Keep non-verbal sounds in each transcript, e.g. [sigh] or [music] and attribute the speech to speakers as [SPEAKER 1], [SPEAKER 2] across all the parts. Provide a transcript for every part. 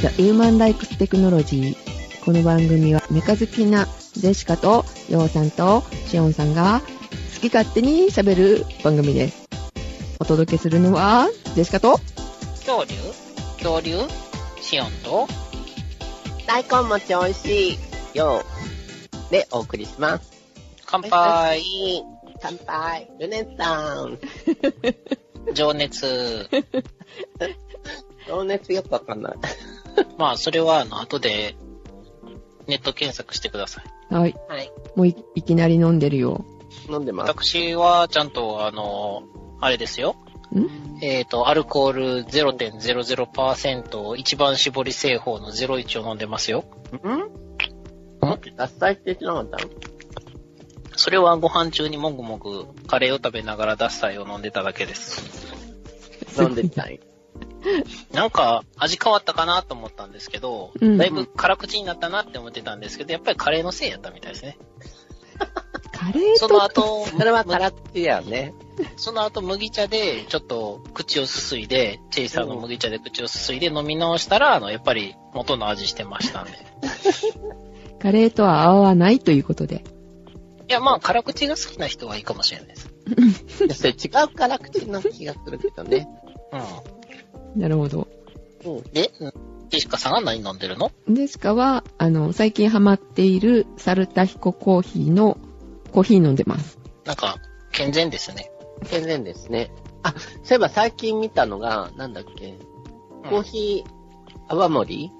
[SPEAKER 1] The Human Likes Technology この番組はメカ好きなジェシカとヨウさんとシオンさんが好き勝手に喋る番組ですお届けするのはジェシカと
[SPEAKER 2] 恐竜恐竜シオンと
[SPEAKER 3] 大根餅美味しいよでお送りします。
[SPEAKER 2] 乾杯
[SPEAKER 3] 乾杯ルネさん。
[SPEAKER 2] [laughs] 情熱
[SPEAKER 3] 情熱よくわかんない。 [laughs]
[SPEAKER 2] まあそれはあの後でネット検索してください
[SPEAKER 1] はい
[SPEAKER 3] はい。
[SPEAKER 1] もういいきなり飲んでるよ
[SPEAKER 3] 飲んでます。
[SPEAKER 2] 私はちゃんとあのあれですよえっ、とアルコール0.00%を一番絞り製法の01を飲んでますよ
[SPEAKER 3] ん待って、脱菜って言ってなかったの
[SPEAKER 2] それはご飯中にもぐもぐカレーを食べながらダッサイを飲んでただけです
[SPEAKER 3] 飲んでたい。
[SPEAKER 2] なんか味変わったかなと思ったんですけど、
[SPEAKER 1] うん
[SPEAKER 2] だいぶ辛口になったなって思ってたんですけどやっぱりカレーのせいやったみたいですね
[SPEAKER 1] カレー
[SPEAKER 2] その
[SPEAKER 1] と
[SPEAKER 2] 後、
[SPEAKER 3] それは辛口やね。
[SPEAKER 2] その後麦茶でちょっと口をすすいで、チェイサーの麦茶で口をすすいで飲み直したら、あの、やっぱり元の味してました [laughs] んで。
[SPEAKER 1] カレーとは合わないということで
[SPEAKER 2] いや、まあ、辛口が好きな人はいいかもしれないです。
[SPEAKER 3] いやそれ違う辛口な気がするけどね。
[SPEAKER 2] う
[SPEAKER 1] なるほど
[SPEAKER 3] うん。
[SPEAKER 2] ん。で、ジェシカさんが何飲んでるの
[SPEAKER 1] ジェシカはあの最近ハマっているサルタヒココーヒーのコーヒー飲んでます
[SPEAKER 2] なんか、健全ですね。
[SPEAKER 3] 全然ですね。あ、そういえば最近見たのが、なんだっけ、
[SPEAKER 2] うん
[SPEAKER 3] コーヒー泡盛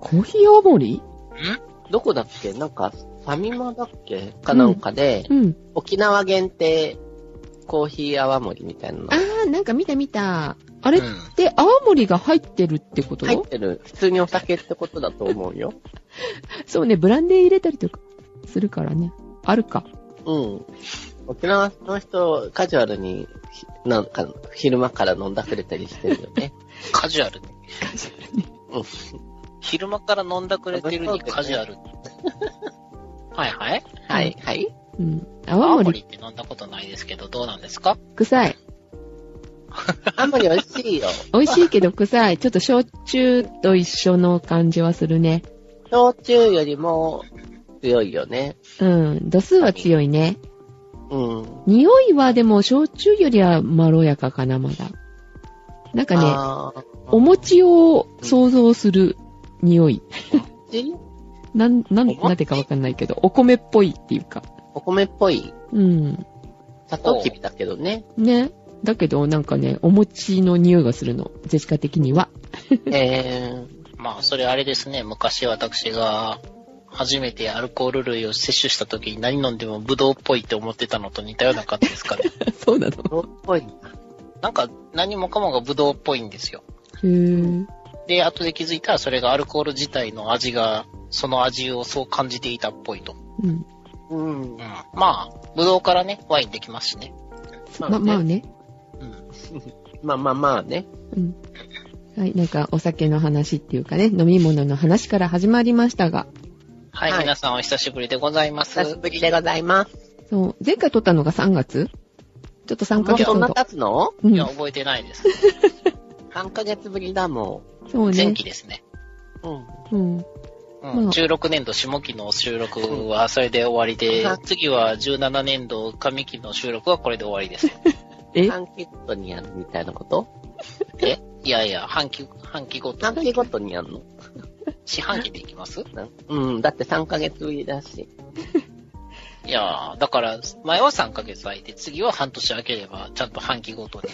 [SPEAKER 1] コーヒー大盛り
[SPEAKER 3] どこだっけなんか、ファミマだっけかなんかで、
[SPEAKER 1] うん
[SPEAKER 3] 沖縄限定コーヒー泡盛みたいなの
[SPEAKER 1] あーなんか見た見たあれ
[SPEAKER 2] う
[SPEAKER 1] っ
[SPEAKER 2] ん。
[SPEAKER 1] て青森が入ってるってこと、
[SPEAKER 3] 入ってる。普通にお酒ってことだと思うよ。
[SPEAKER 1] そうねブランデー入れたりとかするからねあるか
[SPEAKER 3] [laughs] うん。沖縄の人、カジュアルに、ひなんか、昼間から飲んだくれたりしてるよね。
[SPEAKER 2] カジュアルに。
[SPEAKER 3] うん。
[SPEAKER 2] 昼間から飲んだくれてるにカジュアル。はいはい。
[SPEAKER 3] [laughs] はい、はい。
[SPEAKER 1] うん
[SPEAKER 2] 青
[SPEAKER 1] 青
[SPEAKER 2] 森
[SPEAKER 1] 森
[SPEAKER 2] って飲んだことないですけど、どうなんですか
[SPEAKER 1] 臭い
[SPEAKER 3] あんまり美味しいよ。
[SPEAKER 1] 美味しいけど臭いちょっと焼酎と一緒の感じはするね
[SPEAKER 3] 焼酎よりも強いよね。
[SPEAKER 1] うん度数は強いね
[SPEAKER 3] うん。
[SPEAKER 1] 匂いはでも焼酎よりはまろやかかなまだなんかね
[SPEAKER 3] あー
[SPEAKER 1] お餅を想像する匂い。なん、なん、
[SPEAKER 2] お餅
[SPEAKER 1] なんてかわかんないけど、お米っぽいっていうか。
[SPEAKER 3] お米っぽい。
[SPEAKER 1] うん。
[SPEAKER 3] 砂糖きびだけどね。
[SPEAKER 1] ね。だけど、なんかね、お餅の匂いがするの。ジェシカ的には。
[SPEAKER 3] えー、
[SPEAKER 2] まあ、それあれですね。昔私が初めてアルコール類を摂取した時に何飲んでもブドウっぽいって思ってたのと似たような感じですかね。
[SPEAKER 1] そうなの
[SPEAKER 3] どうっぽい。
[SPEAKER 2] なんか何もかもがブドウっぽいんですよ。
[SPEAKER 1] へー
[SPEAKER 2] で、後で気づいたらそれがアルコール自体の味が、その味をそう感じていたっぽいと。
[SPEAKER 1] うん。
[SPEAKER 3] うん
[SPEAKER 2] うん。。まあ、ブドウからね、ワインできますしね。
[SPEAKER 3] ま
[SPEAKER 1] ま、
[SPEAKER 3] あ、
[SPEAKER 1] まあ
[SPEAKER 3] ね、
[SPEAKER 1] ね。
[SPEAKER 2] うん。
[SPEAKER 3] まあまあまあね。
[SPEAKER 1] うん。はい。なんか、お酒の話っていうかね、飲み物の話から始まりましたが、
[SPEAKER 2] はい、
[SPEAKER 3] はい
[SPEAKER 2] 皆さんお久しぶりでございます。
[SPEAKER 3] 久しぶりでございます。
[SPEAKER 1] そう、前回撮ったのが3月ちょっと3ヶ
[SPEAKER 3] もう
[SPEAKER 1] 月
[SPEAKER 3] そん
[SPEAKER 1] ほ
[SPEAKER 3] な
[SPEAKER 1] ど。
[SPEAKER 3] 経つの
[SPEAKER 1] う
[SPEAKER 2] いや、
[SPEAKER 1] ん。
[SPEAKER 2] 覚えてないです。
[SPEAKER 3] ?3 ヶ月ぶりだも
[SPEAKER 1] そう
[SPEAKER 2] 前
[SPEAKER 1] ね。
[SPEAKER 2] 期ですね。
[SPEAKER 3] ん。う
[SPEAKER 1] うん。
[SPEAKER 2] う
[SPEAKER 3] ん。
[SPEAKER 2] ん
[SPEAKER 1] まあ
[SPEAKER 2] 16年度下期の収録はそれで終わりで
[SPEAKER 3] うん、
[SPEAKER 2] 次は17年度上期の収録はこれで終わりです。
[SPEAKER 3] [laughs]
[SPEAKER 1] え
[SPEAKER 3] 半期ごとにやるみたいなこと
[SPEAKER 2] えいやいや、半期、半期ごと
[SPEAKER 3] 半、期ごとにやるの
[SPEAKER 2] 四半期でいきます
[SPEAKER 3] なんうん、だって3ヶ月ぶりだし。
[SPEAKER 2] いやーだから、前は3ヶ月空いて、次は半年空ければ、ちゃんと半期ごとに。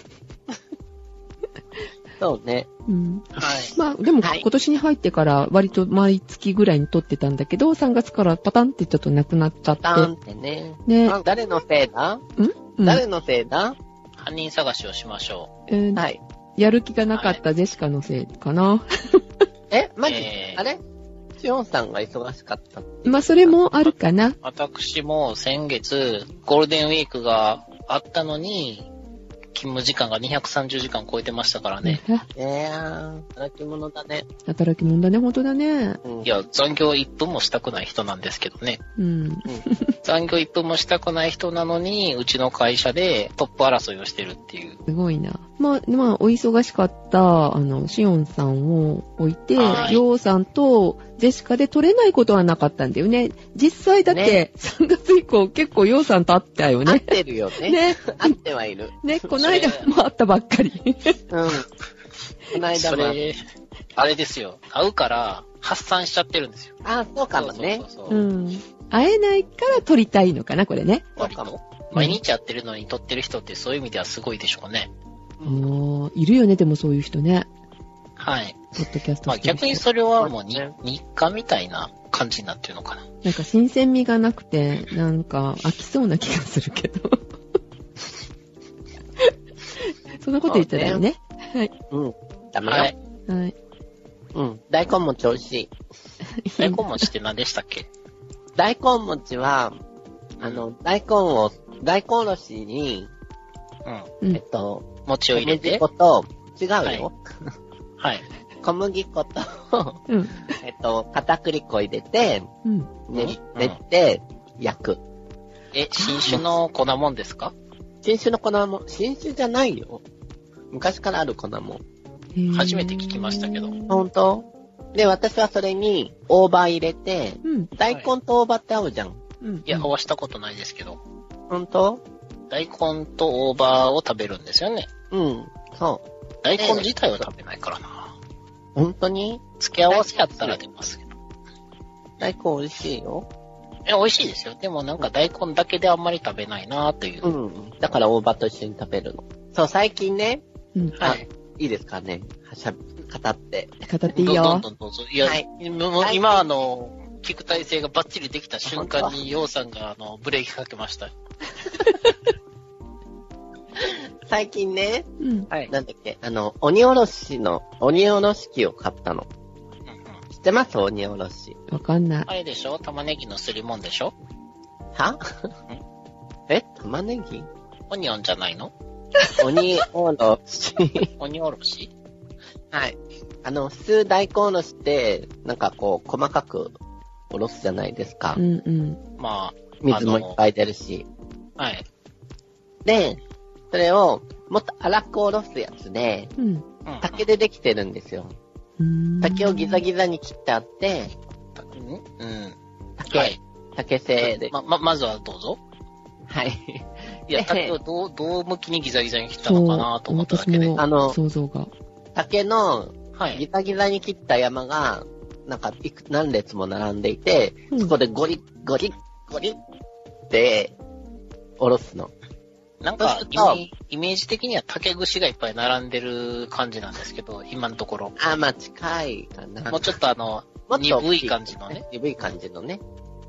[SPEAKER 3] そうね。
[SPEAKER 1] うん。
[SPEAKER 2] はい。
[SPEAKER 1] まあ、でも今
[SPEAKER 3] はい
[SPEAKER 1] 年に入ってから割と毎月ぐらいに撮ってたんだけど、3月からパタンってちょっとなくなっちゃっ
[SPEAKER 3] ダー
[SPEAKER 1] て。
[SPEAKER 3] ンってね。
[SPEAKER 1] ね。
[SPEAKER 3] あ誰のせいだ、
[SPEAKER 1] うん
[SPEAKER 3] 誰のせいだ
[SPEAKER 2] 犯人探しをしましょ
[SPEAKER 1] えー
[SPEAKER 3] はい。
[SPEAKER 1] やる気がなかったジェシカのせいかな。
[SPEAKER 3] え、マジ、
[SPEAKER 2] えー
[SPEAKER 3] あれシオンさんが忙しかった。
[SPEAKER 1] まあ、それもあるかな
[SPEAKER 2] う。。私も先月、ゴールデンウィークがあったのに、勤務時間が230時間超えてましたからね。
[SPEAKER 1] あ
[SPEAKER 3] えー、働き者だね。
[SPEAKER 1] 働き者だね、本当だね。
[SPEAKER 3] うん。
[SPEAKER 2] いや、残業1分もしたくない人なんですけどね。
[SPEAKER 1] うん。
[SPEAKER 2] 残業1分もしたくない人なのに、うちの会社でトップ争いをしてるっていう。
[SPEAKER 1] すごいな。まあ、まあ、お忙しかった、あの、シオンさんを置いて、
[SPEAKER 2] はい
[SPEAKER 1] ヨウさんとジェシカで撮れないことはなかったんだよね。実際だって、3月以降結構ヨウさんと会ったよ
[SPEAKER 3] 合っ
[SPEAKER 1] ね。
[SPEAKER 3] てるよね。
[SPEAKER 1] ね、
[SPEAKER 3] 合ってはいる。
[SPEAKER 2] [laughs]
[SPEAKER 1] ね、この間も会ったばっかり。
[SPEAKER 3] うん。この間
[SPEAKER 2] そ
[SPEAKER 3] も。
[SPEAKER 2] れ、あれですよ。会うから、発散しちゃってるんですよ。
[SPEAKER 3] あ、そうかもね
[SPEAKER 2] そう。そうそう
[SPEAKER 1] う
[SPEAKER 2] そう。
[SPEAKER 1] ん。会えないから撮りたいのかな、これね。
[SPEAKER 3] そうかも。
[SPEAKER 2] 毎日やってるのに撮ってる人ってそういう意味ではすごいでしょうね。
[SPEAKER 3] うん
[SPEAKER 1] もういるよね、でもそういう人ね。
[SPEAKER 2] はい。
[SPEAKER 1] ポッドキャスト
[SPEAKER 2] まあ
[SPEAKER 1] してる人
[SPEAKER 2] 逆にそれはもうに
[SPEAKER 3] そう
[SPEAKER 2] 日課みたいな感じになってるのかな。
[SPEAKER 1] なんか新鮮味がなくて、なんか飽きそうな気がするけ
[SPEAKER 2] [laughs]
[SPEAKER 1] ど。そんなこと言ってたよね。
[SPEAKER 3] うん。ダメよ。
[SPEAKER 2] はい。
[SPEAKER 1] はい。
[SPEAKER 3] うん。大根餅美味しい。
[SPEAKER 2] 大根餅って何でしたっけ
[SPEAKER 3] 大根餅は、あの、大根を、大根おろしに、
[SPEAKER 2] うん。
[SPEAKER 1] うん
[SPEAKER 3] えっと、
[SPEAKER 2] 餅を
[SPEAKER 3] 小
[SPEAKER 2] 入れ
[SPEAKER 3] 麦
[SPEAKER 2] て
[SPEAKER 3] 粉。と、違うよ。
[SPEAKER 2] はいはい。
[SPEAKER 3] 小麦粉と、
[SPEAKER 1] うん。
[SPEAKER 3] [laughs] えっと、片栗粉入れて、
[SPEAKER 1] うん。
[SPEAKER 3] 練り
[SPEAKER 2] うん
[SPEAKER 3] 練って、焼く。
[SPEAKER 2] え、新種の粉もんですか
[SPEAKER 3] 新種の粉も、新種じゃないよ。昔からある粉も。
[SPEAKER 1] へー
[SPEAKER 2] 初めて聞きましたけど
[SPEAKER 1] うん。
[SPEAKER 3] ほんとで、私はそれに、大葉入れて、大根と大葉って合うじゃん。
[SPEAKER 1] うん。
[SPEAKER 2] いや、合わしたことないですけど。
[SPEAKER 3] ほんと
[SPEAKER 2] 大根と大葉を食べるんですよね。
[SPEAKER 3] うん。そう。
[SPEAKER 2] 大根自体は食べないからな。
[SPEAKER 3] ほんとに
[SPEAKER 2] 付け合わせやったら出ますけど。
[SPEAKER 3] 大根美味しいよ。
[SPEAKER 2] え、美味しいですよ。でもなんか大根だけであんまり食べないなという。
[SPEAKER 3] うん。だから大葉と一緒に食べるの。そう、最近ね、
[SPEAKER 1] うん。
[SPEAKER 2] はい。
[SPEAKER 3] いいですかね。はしゃ、語って。
[SPEAKER 1] 語っていい
[SPEAKER 2] どん
[SPEAKER 1] よ。
[SPEAKER 2] どんどんどうぞ。いや、
[SPEAKER 3] はい
[SPEAKER 2] もう
[SPEAKER 3] はい
[SPEAKER 2] 今あの、聞く体制がバッチリできた瞬間に、ようさんがあの、ブレーキかけました。
[SPEAKER 3] 最近ね、
[SPEAKER 1] うん。
[SPEAKER 2] はい
[SPEAKER 3] なんだっけ、あの、鬼おろしの、鬼おろし器を買ったの。知ってます鬼おろし。
[SPEAKER 1] わかんない。
[SPEAKER 2] あれでしょ玉ねぎのすりもんでしょ
[SPEAKER 3] はえ玉ねぎ
[SPEAKER 2] オニオンじゃないの
[SPEAKER 3] 鬼おろし。
[SPEAKER 2] オニおろし
[SPEAKER 3] はい。あの、普通大根おろしって、なんかこう、細かくおろすじゃないですか
[SPEAKER 1] う。んうん。
[SPEAKER 2] ま
[SPEAKER 3] 水もいっぱい出るし。
[SPEAKER 2] あ、はい。
[SPEAKER 3] で、それを、もっと粗くおろすやつで、
[SPEAKER 1] うん
[SPEAKER 2] うんうん
[SPEAKER 3] 竹でできてるんですよ。
[SPEAKER 1] うん。
[SPEAKER 3] 竹をギザ
[SPEAKER 1] ギ
[SPEAKER 3] ギザに切ってあって、
[SPEAKER 2] うん。うん。
[SPEAKER 3] 竹、
[SPEAKER 2] はい。
[SPEAKER 3] 竹製で、
[SPEAKER 2] ま、ま、まずはどうぞ。
[SPEAKER 3] はい。
[SPEAKER 2] いや、
[SPEAKER 3] で
[SPEAKER 2] 竹をどう、どう向きにギザギザに切ったのかなと思っただけ
[SPEAKER 1] 私
[SPEAKER 2] で。
[SPEAKER 1] も
[SPEAKER 3] あの
[SPEAKER 1] 想像が。
[SPEAKER 3] 竹の
[SPEAKER 2] は
[SPEAKER 3] ギ
[SPEAKER 2] い。
[SPEAKER 3] ザギザに切った山が、なんかいく何列も並んでいて、
[SPEAKER 1] うん
[SPEAKER 3] そこでゴリッゴリッゴリッって、おろすの。
[SPEAKER 2] なんか
[SPEAKER 3] そうする
[SPEAKER 2] イメ
[SPEAKER 3] と
[SPEAKER 2] ージ、イメージ的には竹串がいっぱい並んでる感じなんですけど、今のところ。
[SPEAKER 3] あ、まあ近いかな。
[SPEAKER 2] もうちょっとあの、
[SPEAKER 3] もっと大
[SPEAKER 2] 鈍
[SPEAKER 3] き
[SPEAKER 2] い感じのね。。
[SPEAKER 3] 鈍い感じのね。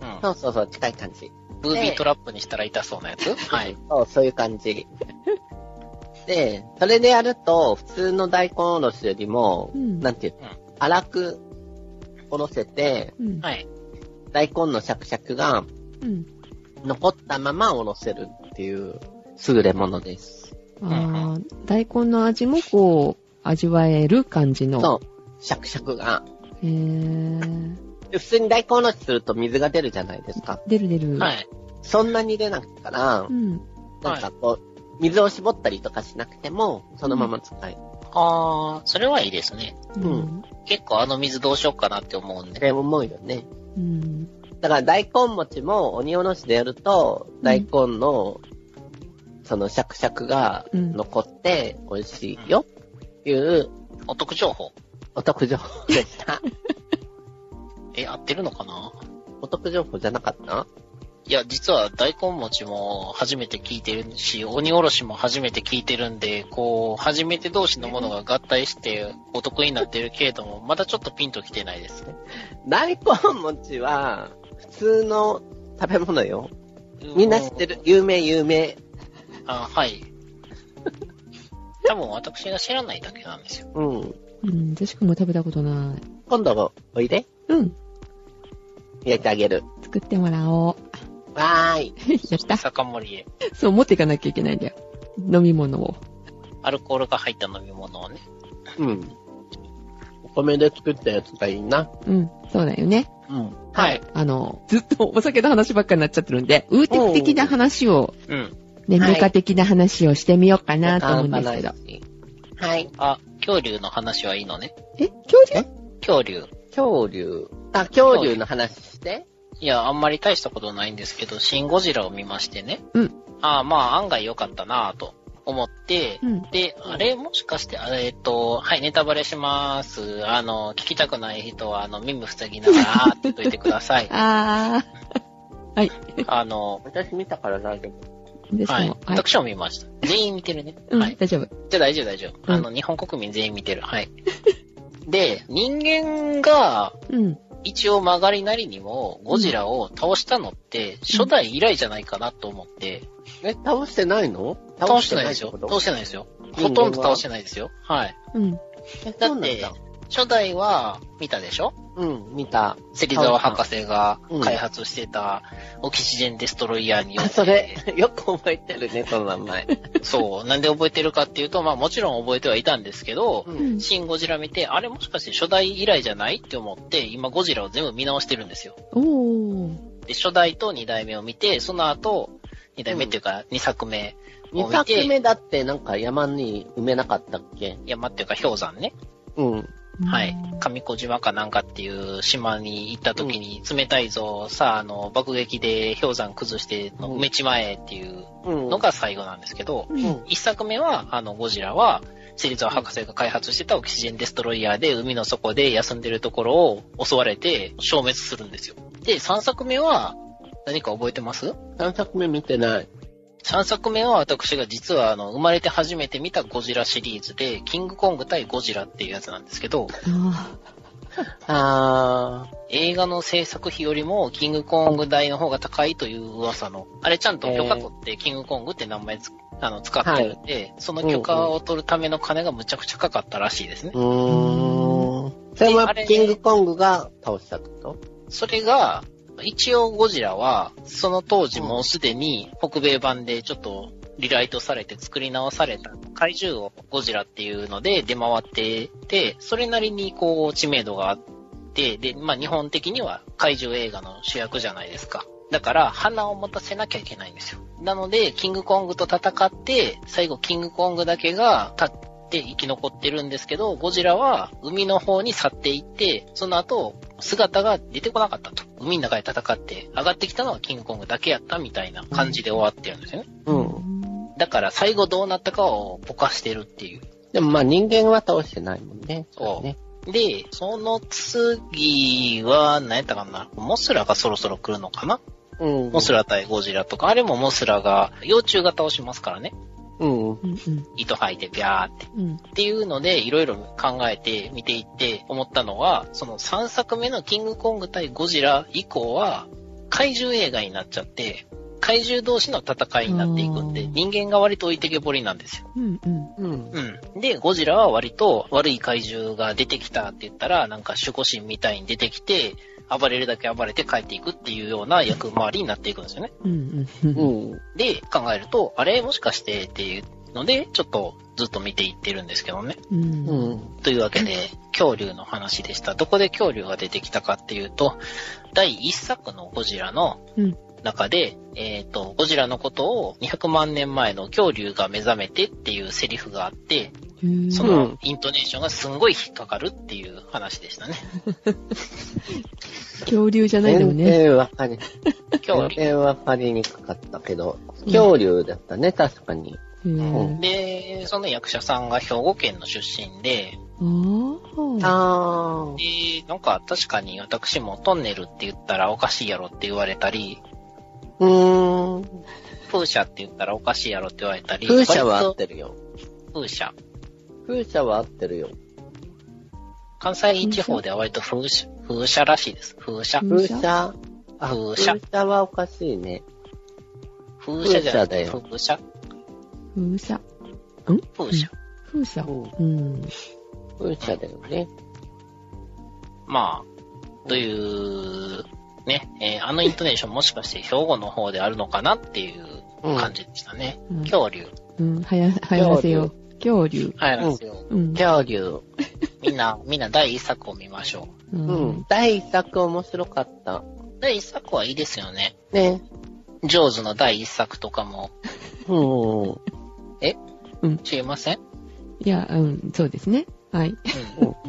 [SPEAKER 2] うん。
[SPEAKER 3] そうそうそう、近い感じ。
[SPEAKER 2] ブービートラップにしたら痛そうなや
[SPEAKER 3] [laughs]
[SPEAKER 2] つはい。。
[SPEAKER 3] そう、そういう感じ。で、それでやると、普通の大根おろしよりも、
[SPEAKER 1] うん
[SPEAKER 3] なんていう
[SPEAKER 2] うん、
[SPEAKER 3] 粗くおろせて、
[SPEAKER 1] うん。
[SPEAKER 2] はい。
[SPEAKER 3] 大根のシャクシャクが
[SPEAKER 1] うん。
[SPEAKER 3] 残ったままおろせるっていう優れものです。
[SPEAKER 1] あー大根の味もこう、味わえる感じの。
[SPEAKER 3] そう、シャクシャクが。
[SPEAKER 1] へー。
[SPEAKER 3] で普通に大根おろしすると水が出るじゃないですか。
[SPEAKER 1] 出る出る。
[SPEAKER 2] はい。
[SPEAKER 3] そんなに出なくてから
[SPEAKER 1] う、ん。
[SPEAKER 3] なんかこう、水を絞ったりとかしなくても、そのまま使える。
[SPEAKER 2] あー、それはいいですね。
[SPEAKER 1] う
[SPEAKER 3] うんん。
[SPEAKER 2] 結構あの水どうしようかなって思うん
[SPEAKER 3] っ
[SPEAKER 2] で。
[SPEAKER 3] て思うよね。
[SPEAKER 1] うん。
[SPEAKER 3] だから大根餅も鬼おろしでやると、大根の、そのシャクシャクが
[SPEAKER 1] うん
[SPEAKER 3] 残って美味しいよ、いう
[SPEAKER 2] お得情報。
[SPEAKER 3] お得情報で
[SPEAKER 1] [laughs]
[SPEAKER 3] した。
[SPEAKER 2] え、合ってるのかな
[SPEAKER 3] お得情報じゃなかった
[SPEAKER 2] いや、実は大根餅も初めて聞いてるし、鬼おろしも初めて聞いてるんで、こう、初めて同士のものが合体してお得になってるけれども、まだちょっとピンときてないです。
[SPEAKER 3] 大根餅は、普通の食べ物よ。みんな知ってる。有名、有名。
[SPEAKER 2] あ、はい。 [laughs] 多分私が知らないだけなんですよ。
[SPEAKER 3] うん。
[SPEAKER 1] うん。ジェシカも食べたことない。
[SPEAKER 3] 今度おいで。
[SPEAKER 1] うん。
[SPEAKER 3] 焼いてあげる。
[SPEAKER 1] 作ってもらおう。
[SPEAKER 3] わーい。
[SPEAKER 1] やった。
[SPEAKER 2] 酒盛りへ。
[SPEAKER 1] そう、持っていかなきゃいけないんだよ。飲み物を。
[SPEAKER 2] アルコールが入った飲み物をね。
[SPEAKER 3] うん。お米で作ったやつがいいな。
[SPEAKER 1] うん。そうだよね。
[SPEAKER 3] うん。
[SPEAKER 2] はい。
[SPEAKER 1] あの、ずっとお酒の話ばっかになっちゃってるんで、ウーテク的な話を、
[SPEAKER 2] うん。
[SPEAKER 1] ね、
[SPEAKER 3] はい
[SPEAKER 1] メカ的な話をしてみようかなと思うん
[SPEAKER 3] 乾
[SPEAKER 1] ですけ
[SPEAKER 3] 杯
[SPEAKER 1] ど。
[SPEAKER 3] しはい。
[SPEAKER 2] あ、恐竜の話はいいのね。
[SPEAKER 1] え恐竜
[SPEAKER 2] 恐竜。
[SPEAKER 3] 恐竜。あ、恐竜の話して。
[SPEAKER 2] いや、あんまり大したことないんですけど、シン・ゴジラを見ましてね。
[SPEAKER 1] うん。
[SPEAKER 2] ああ、まあ、案外良かったなぁと思って、
[SPEAKER 1] うん
[SPEAKER 2] で、あれ、もしかして、あえっと、はい、ネタバレします。あの、聞きたくない人は、あの、耳塞ぎながら、あーって言っといてく
[SPEAKER 1] [laughs]
[SPEAKER 2] ださい。
[SPEAKER 1] あー。はい。
[SPEAKER 2] あの、
[SPEAKER 3] 私見たから大丈夫。
[SPEAKER 1] です
[SPEAKER 2] は
[SPEAKER 1] け
[SPEAKER 2] い
[SPEAKER 1] ど、。はい。
[SPEAKER 2] 私も見ました。全員見てるね。
[SPEAKER 1] うん、
[SPEAKER 2] はい。
[SPEAKER 1] 大丈夫。
[SPEAKER 2] じゃあ大丈夫大丈夫。あの、日本国民全員見てる。はい。 [laughs] で、人間が、
[SPEAKER 1] うん。
[SPEAKER 2] 一応曲がりなりにも、ゴジラを倒したのって、初代以来じゃないかなと思って、
[SPEAKER 3] え、倒してないの
[SPEAKER 2] 倒してないです
[SPEAKER 3] っ
[SPEAKER 2] よ
[SPEAKER 3] て。こと
[SPEAKER 2] 倒してないですよ。ほとんど倒してないですよ。はい。
[SPEAKER 1] うん。
[SPEAKER 3] え
[SPEAKER 2] だ
[SPEAKER 3] そうな
[SPEAKER 2] っ
[SPEAKER 3] ん
[SPEAKER 2] て、初代は見たでしょ
[SPEAKER 3] うん、見た。
[SPEAKER 2] 芹沢博士が開発してたオキシジェンデストロイヤーによ
[SPEAKER 3] あ、
[SPEAKER 2] って。
[SPEAKER 3] [laughs] それ、よく覚えてるね、その名前。
[SPEAKER 2] そう。なんで覚えてるかっていうと、まあもちろん覚えてはいたんですけど、
[SPEAKER 3] う。
[SPEAKER 1] うんん。
[SPEAKER 2] シン・ゴジラ見て、あれもしかして初代以来じゃないって思って、今ゴジラを全部見直してるんですよ。
[SPEAKER 1] おー。
[SPEAKER 2] で、初代と二代目を見て、その後、二代目っていうか、二作目を
[SPEAKER 3] 二
[SPEAKER 2] 見
[SPEAKER 3] 作
[SPEAKER 2] て、
[SPEAKER 3] 目だってなんか山に埋めなかったっけ
[SPEAKER 2] 山っていうか氷山ね。
[SPEAKER 3] うん。
[SPEAKER 2] はい。上小島かなんかっていう島に行った時に、冷たいぞ、さあ、あの、爆撃で氷山崩して、
[SPEAKER 3] うん
[SPEAKER 2] 埋めちまえっていう
[SPEAKER 3] うん。
[SPEAKER 2] のが最後なんですけど、
[SPEAKER 1] う。
[SPEAKER 3] うんん。
[SPEAKER 2] 一作目は、あの、ゴジラは、シリーズ博士が開発してたオキシジェンデストロイヤーで海の底で休んでるところを襲われて消滅するんですよ。で、三作目は、何か覚えてます
[SPEAKER 3] 三作目見てない。
[SPEAKER 2] 三作目は私が実はあの、生まれて初めて見たゴジラシリーズで、キングコング対ゴジラっていうやつなんですけど、
[SPEAKER 1] あ
[SPEAKER 3] あ
[SPEAKER 2] 映画の制作費よりもキングコング代の方が高いという噂の、あれちゃんと許可取ってキングコングって名前つあの使ってるんで、その許可を取るための金がむちゃくちゃかかったらしいですね
[SPEAKER 3] ー。。うーん。それ
[SPEAKER 2] であ
[SPEAKER 3] は
[SPEAKER 2] れ
[SPEAKER 3] キングコングが倒したってこ
[SPEAKER 2] それが、一応ゴジラは、その当時もうすでに北米版でちょっとリライトされて作り直された怪獣をゴジラっていうので出回ってて、それなりにこう知名度があって、で、まあ日本的には怪獣映画の主役じゃないですか。だから、花を持たせなきゃいけないんですよ。なので、キングコングと戦って、最後キングコングだけが立って生き残ってるんですけど、ゴジラは海の方に去っていって、その後、姿が出てこなかったと。海の中で戦って、上がってきたのはキングコングだけやったみたいな感じで終わってるんですよね。
[SPEAKER 3] とう
[SPEAKER 1] ー。
[SPEAKER 3] ん。
[SPEAKER 2] だから最後どうなったかをぼかしてるっていう。
[SPEAKER 3] でもまあ人間は倒してないもんね。
[SPEAKER 2] そう
[SPEAKER 3] ね。
[SPEAKER 2] で、その次は、何やったかなモスラがそろそろ来るのかな
[SPEAKER 3] うん。
[SPEAKER 2] モスラ対ゴジラとか、あれもモスラが、幼虫が倒しますからね。
[SPEAKER 3] うん。
[SPEAKER 1] うんうん
[SPEAKER 2] 糸吐いてビャーって。
[SPEAKER 1] うん。
[SPEAKER 2] っていうので、いろいろ考えて見ていって思ったのは、その3作目のキングコング対ゴジラ以降は、怪獣映画になっちゃって、怪獣同士の戦いになっていくんで、
[SPEAKER 1] うん
[SPEAKER 2] 人間が割と置いてけぼりなんですよ。
[SPEAKER 1] うんうん。
[SPEAKER 3] うん。
[SPEAKER 2] うん。で、ゴジラは割と悪い怪獣が出てきたって言ったら、なんか守護神みたいに出てきて、暴れるだけ暴れて帰っていくっていうような役回りになっていくんですよね。
[SPEAKER 1] うんうん
[SPEAKER 3] う
[SPEAKER 1] うん。
[SPEAKER 3] ん。
[SPEAKER 2] で、考えると、あれもしかしてっていうので、ちょっとずっと見ていってるんですけどね。
[SPEAKER 1] うん
[SPEAKER 3] う
[SPEAKER 1] うん。
[SPEAKER 3] ん。
[SPEAKER 2] というわけで、恐竜の話でした。どこで恐竜が出てきたかっていうと、第1作のゴジラの
[SPEAKER 1] うん
[SPEAKER 2] 中で、えっ、と、ゴジラのことを200万年前の恐竜が目覚めてっていうセリフがあって、
[SPEAKER 1] うん
[SPEAKER 2] そ
[SPEAKER 3] うん
[SPEAKER 2] のイントネーションがすんごい引っかかるっていう話で
[SPEAKER 3] [laughs]
[SPEAKER 2] したね。
[SPEAKER 1] 恐竜じゃないでも
[SPEAKER 3] 全
[SPEAKER 1] ね。
[SPEAKER 3] 然わかり、
[SPEAKER 2] 恐竜。
[SPEAKER 3] 全然わかりにくかったけど、恐竜だったね、確かに。
[SPEAKER 1] へー
[SPEAKER 2] で、その役者さんが兵庫県の出身で、
[SPEAKER 1] ああ。
[SPEAKER 3] あ
[SPEAKER 2] で、なんか確かに私もトンネルって言ったらおかしいやろって言われたり、
[SPEAKER 3] うーん。
[SPEAKER 2] 風車って言ったらおかしいやろって言われたり、
[SPEAKER 3] 風車は合っ
[SPEAKER 2] 割
[SPEAKER 3] てるよ。
[SPEAKER 2] と風車。
[SPEAKER 3] 風車は合ってるよ。
[SPEAKER 2] 関西地方では割と風車、風車らしいです。風車。
[SPEAKER 1] うん
[SPEAKER 3] 風
[SPEAKER 1] 風車
[SPEAKER 3] 車。あ
[SPEAKER 2] 風車
[SPEAKER 3] 風。車はおかしいね。
[SPEAKER 2] 風車じゃなくて、
[SPEAKER 3] 風車だ
[SPEAKER 2] 風車
[SPEAKER 1] 風車。
[SPEAKER 2] 風車。
[SPEAKER 1] 風車。
[SPEAKER 3] うん
[SPEAKER 1] うん。
[SPEAKER 3] 風車だよね。
[SPEAKER 2] まあ、という、ね、えーあのイントネーションもしかして兵庫の方であるのかなっていう
[SPEAKER 3] うん
[SPEAKER 2] 感じでしたね。
[SPEAKER 1] うん
[SPEAKER 2] 恐竜。
[SPEAKER 1] うん。はや、はやらせよう。恐竜。
[SPEAKER 2] はい、なんですよ。
[SPEAKER 1] うん。
[SPEAKER 3] 恐竜。
[SPEAKER 2] みんな、みんな第一作を見ましょ
[SPEAKER 1] う
[SPEAKER 3] うん。。第一作面白かった。
[SPEAKER 2] う。第一作はいいですよね。
[SPEAKER 3] ね。
[SPEAKER 2] ジョーズの第一作とかも、
[SPEAKER 3] うん。
[SPEAKER 2] 知りません
[SPEAKER 1] いや、うん、そうですね。はい。
[SPEAKER 2] うん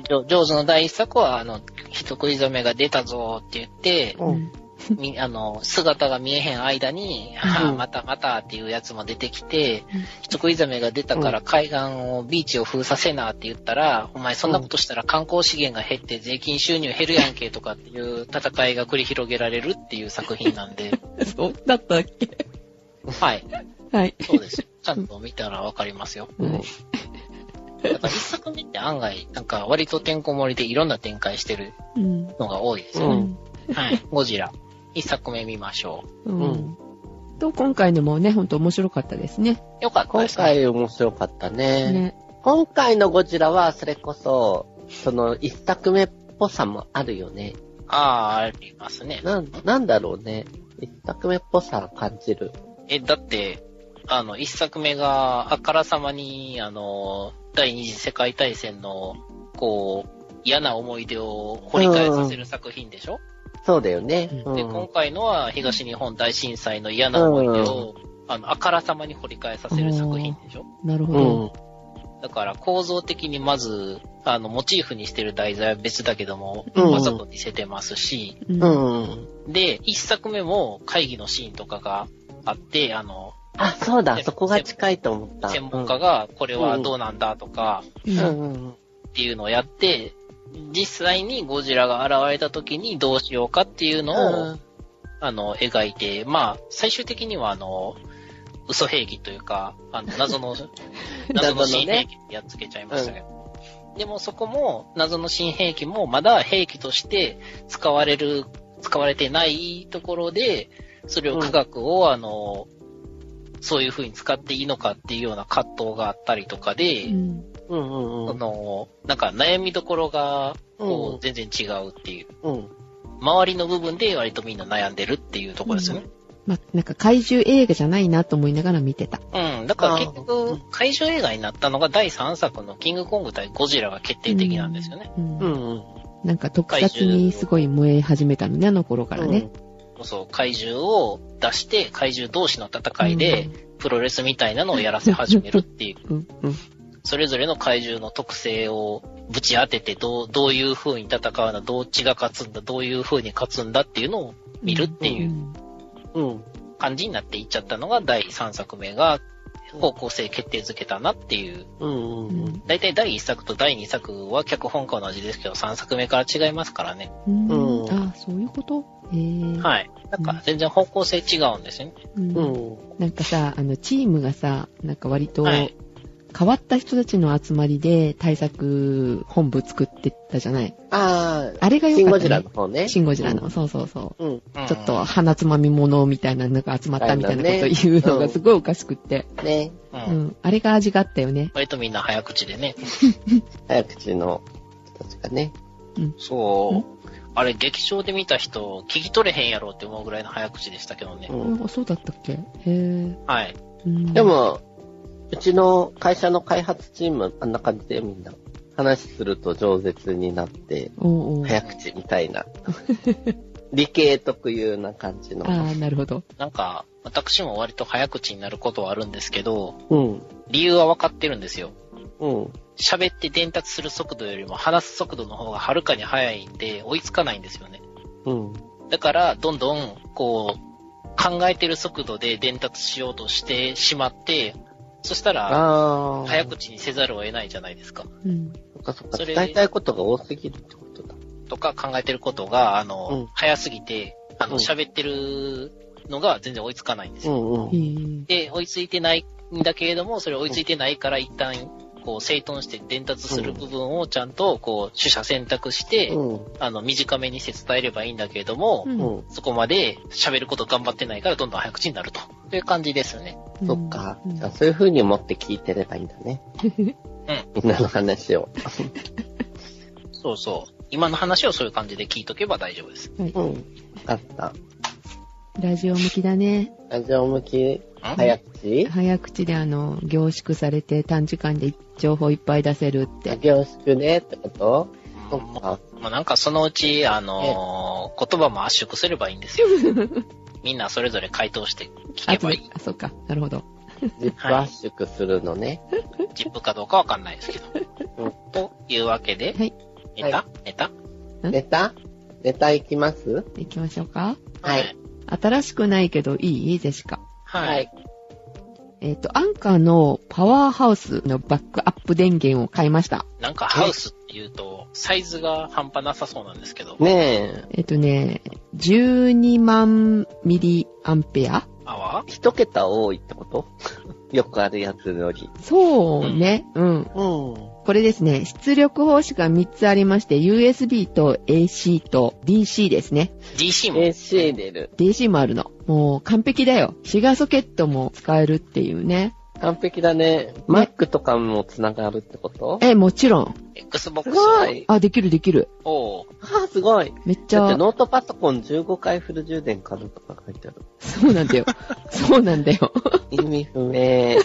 [SPEAKER 2] ジョジョーズの第一作は、あの、人食い染めが出たぞって言って、
[SPEAKER 3] う。
[SPEAKER 1] うんん
[SPEAKER 2] みあの、姿が見えへん間に、ああまたまたっていうやつも出てきて
[SPEAKER 1] うん、
[SPEAKER 2] 人食い染めが出たから海岸を、ビーチを封鎖せなって言ったら、お前そんなことしたら観光資源が減って税金収入減るやんけとかっていう戦いが繰り広げられるっていう作品なん
[SPEAKER 3] [laughs]
[SPEAKER 2] で、
[SPEAKER 1] そうだったっけ
[SPEAKER 2] はい、
[SPEAKER 1] はい。
[SPEAKER 2] そうです。ちゃんと見たらわかりますよ。
[SPEAKER 1] はい
[SPEAKER 2] だから一作目って案外、なんか割とてんこ盛りでいろんな展開してる
[SPEAKER 1] うん。
[SPEAKER 2] のが多いです
[SPEAKER 3] う
[SPEAKER 2] よね。
[SPEAKER 3] ん
[SPEAKER 2] はい。ゴジラ。一作目見ましょ
[SPEAKER 1] う
[SPEAKER 3] うんん。
[SPEAKER 1] と、今回のもね、ほんと面白かったですね。
[SPEAKER 2] う。よかった
[SPEAKER 3] 今
[SPEAKER 2] ですね。
[SPEAKER 3] 回面白かったね。
[SPEAKER 1] ね。
[SPEAKER 3] 今回のゴジラは、それこそ、その一作目っぽさもあるよね。
[SPEAKER 2] ああー、ありますね。
[SPEAKER 3] なん、なんだろうね。一作目っぽさ感じる。
[SPEAKER 2] え、だって、あの、一作目が、あからさまに、あの、第二次世界大戦の、こう、嫌な思い出を掘り返させる作品でしょ、
[SPEAKER 3] そうだよね。
[SPEAKER 1] う
[SPEAKER 3] う
[SPEAKER 2] で、
[SPEAKER 3] ん。
[SPEAKER 2] 今回のは東日本大震災の嫌な思い出を、あの、あからさまに掘り返させる作品でしょ
[SPEAKER 1] なるほ
[SPEAKER 3] う
[SPEAKER 1] ど。
[SPEAKER 3] ん。
[SPEAKER 2] だから構造的にまず、あの、モチーフにしてる題材は別だけども、
[SPEAKER 3] うん
[SPEAKER 2] わざと似せてますし、
[SPEAKER 1] う。
[SPEAKER 3] うんん。
[SPEAKER 2] で、一作目も会議のシーンとかがあって、あの、
[SPEAKER 3] あ、そうだ、
[SPEAKER 2] で
[SPEAKER 3] そこが近いと思った。
[SPEAKER 2] 専門家がこれはどうなんだとか
[SPEAKER 1] う
[SPEAKER 3] うんん。うん。
[SPEAKER 2] っていうのをやって、実際にゴジラが現れた時にどうしようかっていうのを、あの、描いて、まあ、最終的にはあの、嘘兵器というか、あの、 [laughs] 謎の、謎の新兵器ってやっつけちゃいましたけど。でもそこも、謎の新兵器もまだ兵器として使われる、使われてないところで、それを科学を、あの、そういう風に使っていいのかっていうような葛藤があったりとかで、
[SPEAKER 1] うん
[SPEAKER 3] うんうんう
[SPEAKER 2] そ
[SPEAKER 3] ん。
[SPEAKER 2] の、なんか悩みどころが、
[SPEAKER 3] う
[SPEAKER 2] こ
[SPEAKER 3] ん
[SPEAKER 2] う、全然違うっていう。
[SPEAKER 3] うん。
[SPEAKER 2] 周りの部分で割とみんな悩んでるっていうところですよね。
[SPEAKER 1] ま、なんか怪獣映画じゃないなと思いながら見てた。
[SPEAKER 2] うん。だから
[SPEAKER 3] あー
[SPEAKER 2] 結局、怪獣映画になったのが第3作のキングコング対ゴジラが決定的なんですよね。
[SPEAKER 1] うん
[SPEAKER 3] うんうん。
[SPEAKER 1] なんか特撮にすごい燃え始めたのね、あの頃からね。
[SPEAKER 2] そう、怪獣を出して、怪獣同士の戦いで、プロレスみたいなのをやらせ始めるっていう。
[SPEAKER 1] うん。
[SPEAKER 3] うん。
[SPEAKER 2] それぞれの怪獣の特性をぶち当てて、どう、どういう風に戦うの、どっちが勝つんだ、どういう風に勝つんだっていうのを見るっていう
[SPEAKER 1] うん。
[SPEAKER 3] うん。
[SPEAKER 2] 感じになっていっちゃったのが第3作目が方向性決定づけたなっていう。
[SPEAKER 3] うん。うん。うん。
[SPEAKER 2] だいたい第1作と第2作は脚本家同じですけど、3作目から違いますからね。
[SPEAKER 1] うん
[SPEAKER 3] うん
[SPEAKER 1] あ、そういうことえー、
[SPEAKER 2] はい。なんか全然方向性違うんですよね。
[SPEAKER 1] うん
[SPEAKER 3] うん。
[SPEAKER 1] なんかさ、あの、チームがさ、なんか割と、
[SPEAKER 2] はい
[SPEAKER 1] 変わった人たちの集まりで対策本部作ってたじゃない
[SPEAKER 3] あ
[SPEAKER 1] あれが
[SPEAKER 3] ー、
[SPEAKER 1] 良
[SPEAKER 3] シン
[SPEAKER 1] か
[SPEAKER 3] ゴ
[SPEAKER 1] った、
[SPEAKER 3] ジラ
[SPEAKER 1] ね
[SPEAKER 3] の。方ね。
[SPEAKER 1] シンゴジラの。。そうそうそう。
[SPEAKER 3] うん。
[SPEAKER 2] うん
[SPEAKER 1] ちょっと、鼻つまみ物みたいなのが集まったみたいなこと言うのがすごいおかしくって。
[SPEAKER 3] ね。
[SPEAKER 2] う。
[SPEAKER 1] うんん。あれが味があったよね。
[SPEAKER 2] 割とみんな早口でね。
[SPEAKER 3] 早口の人たちがね。
[SPEAKER 2] そう。あれ劇場で見た人、聞き取れへんやろって思うぐらいの早口でしたけどね
[SPEAKER 3] う。ん。
[SPEAKER 1] あそうだったっけへえ。
[SPEAKER 2] はい。
[SPEAKER 1] うん
[SPEAKER 3] で、も、うちの会社の開発チーム、あんな感じでみんな、話すると饒舌になって、
[SPEAKER 1] おうおう
[SPEAKER 3] 早口みた
[SPEAKER 1] [laughs]
[SPEAKER 3] いな。理系特有な感じの。
[SPEAKER 1] ああ、なるほど。
[SPEAKER 2] なんか、私も割と早口になることはあるんですけど、
[SPEAKER 3] うん。
[SPEAKER 2] 理由は分かってるんですよ。
[SPEAKER 3] うん。
[SPEAKER 2] 喋って伝達する速度よりも話す速度の方がはるかに速いんで、追いつかないんですよね。
[SPEAKER 3] うん。
[SPEAKER 2] だから、どんどん、こう、考えてる速度で伝達しようとしてしまって、そしたら、
[SPEAKER 3] ああ。
[SPEAKER 2] 早。口にせざるを得ないじゃないですか。
[SPEAKER 1] うん。
[SPEAKER 3] そっかそっか。
[SPEAKER 2] それ
[SPEAKER 3] 伝えたいことが多すぎるってことだ。
[SPEAKER 2] とか考えてることが、あの、
[SPEAKER 3] うん
[SPEAKER 2] 早すぎて、あ
[SPEAKER 3] う
[SPEAKER 2] の、
[SPEAKER 3] ん
[SPEAKER 2] 喋ってるのが全然追いつかないんです
[SPEAKER 3] う
[SPEAKER 2] よ。
[SPEAKER 3] んうん
[SPEAKER 1] へ。え。
[SPEAKER 2] で、追いついてないんだけれども、それ追いついてないから一旦、こう、整頓して伝達する部分をちゃんと、こう、取捨選択して、
[SPEAKER 3] うん。
[SPEAKER 2] あの、短めに説伝えればいいんだけれども、
[SPEAKER 1] うん
[SPEAKER 3] うん。
[SPEAKER 2] そこまで喋ること頑張ってないからどんどん早口になると。という感じですね。
[SPEAKER 3] そっか。
[SPEAKER 1] うん
[SPEAKER 3] じゃあそういう風に思って聞いてればいいんだね。 [laughs] みんなの話 [laughs] を。
[SPEAKER 2] そうそう。今の話をそういう感じで聞いとけば大丈夫です。
[SPEAKER 3] うん。わかった。
[SPEAKER 1] ラジオ向きだね。
[SPEAKER 3] ラジオ向き、
[SPEAKER 2] ん
[SPEAKER 3] 早口
[SPEAKER 1] 早口であの、凝縮されて短時間で情報いっぱい出せるって。
[SPEAKER 3] 凝縮ねってことそ
[SPEAKER 2] うん
[SPEAKER 3] っ
[SPEAKER 2] ま
[SPEAKER 3] か。
[SPEAKER 2] まあ、なんかそのうち、あのー言葉も圧縮すればいいんですよ。みんなそれぞれ回答して聞けばいい。
[SPEAKER 1] あ、そっか。なるほど。
[SPEAKER 3] ジップ圧縮するのね。
[SPEAKER 2] ジップかどうかわかんないですけ
[SPEAKER 3] う
[SPEAKER 2] ど。
[SPEAKER 3] ん
[SPEAKER 2] というわけで、
[SPEAKER 1] はい
[SPEAKER 2] ネタ、
[SPEAKER 3] は
[SPEAKER 2] ネタ
[SPEAKER 1] い
[SPEAKER 3] ネタネタいきます
[SPEAKER 1] 行きましょうか。
[SPEAKER 3] はい。
[SPEAKER 1] 新しくないけどいいジェシカ。
[SPEAKER 2] はい。はい。。
[SPEAKER 1] えっ、と、アンカーのパワーハウスのバックアップ電源を買いました。
[SPEAKER 2] なんかハウスって言うと、サイズが半端なさそうなんですけど、
[SPEAKER 3] ねえ、
[SPEAKER 1] えっ、とね、12万ミリアンペア
[SPEAKER 2] アワー
[SPEAKER 3] 一桁多いってこと [laughs] よくあるやつより。
[SPEAKER 1] そうね、うん。
[SPEAKER 3] うん。
[SPEAKER 1] これですね、出力方式が3つありまして、USB と AC と DC ですね。
[SPEAKER 2] ?DC も。
[SPEAKER 3] AC 出る。
[SPEAKER 1] DC もあるの。もう完璧だよ。シガーソケットも使えるっていうね。
[SPEAKER 3] 完璧だね。Mac とかも繋がるってこと
[SPEAKER 1] え、もちろん。
[SPEAKER 2] Xbox
[SPEAKER 3] す
[SPEAKER 2] も。
[SPEAKER 3] ごい
[SPEAKER 1] あ、できるできる。
[SPEAKER 2] おう
[SPEAKER 3] ああ、すごい
[SPEAKER 1] めっち
[SPEAKER 3] だって
[SPEAKER 1] ゃ、
[SPEAKER 3] ノートパソコン15回フル充電可能とか書いてある。
[SPEAKER 1] そうなんだよ。そうなんだよ。
[SPEAKER 3] 意味不明。 [laughs] え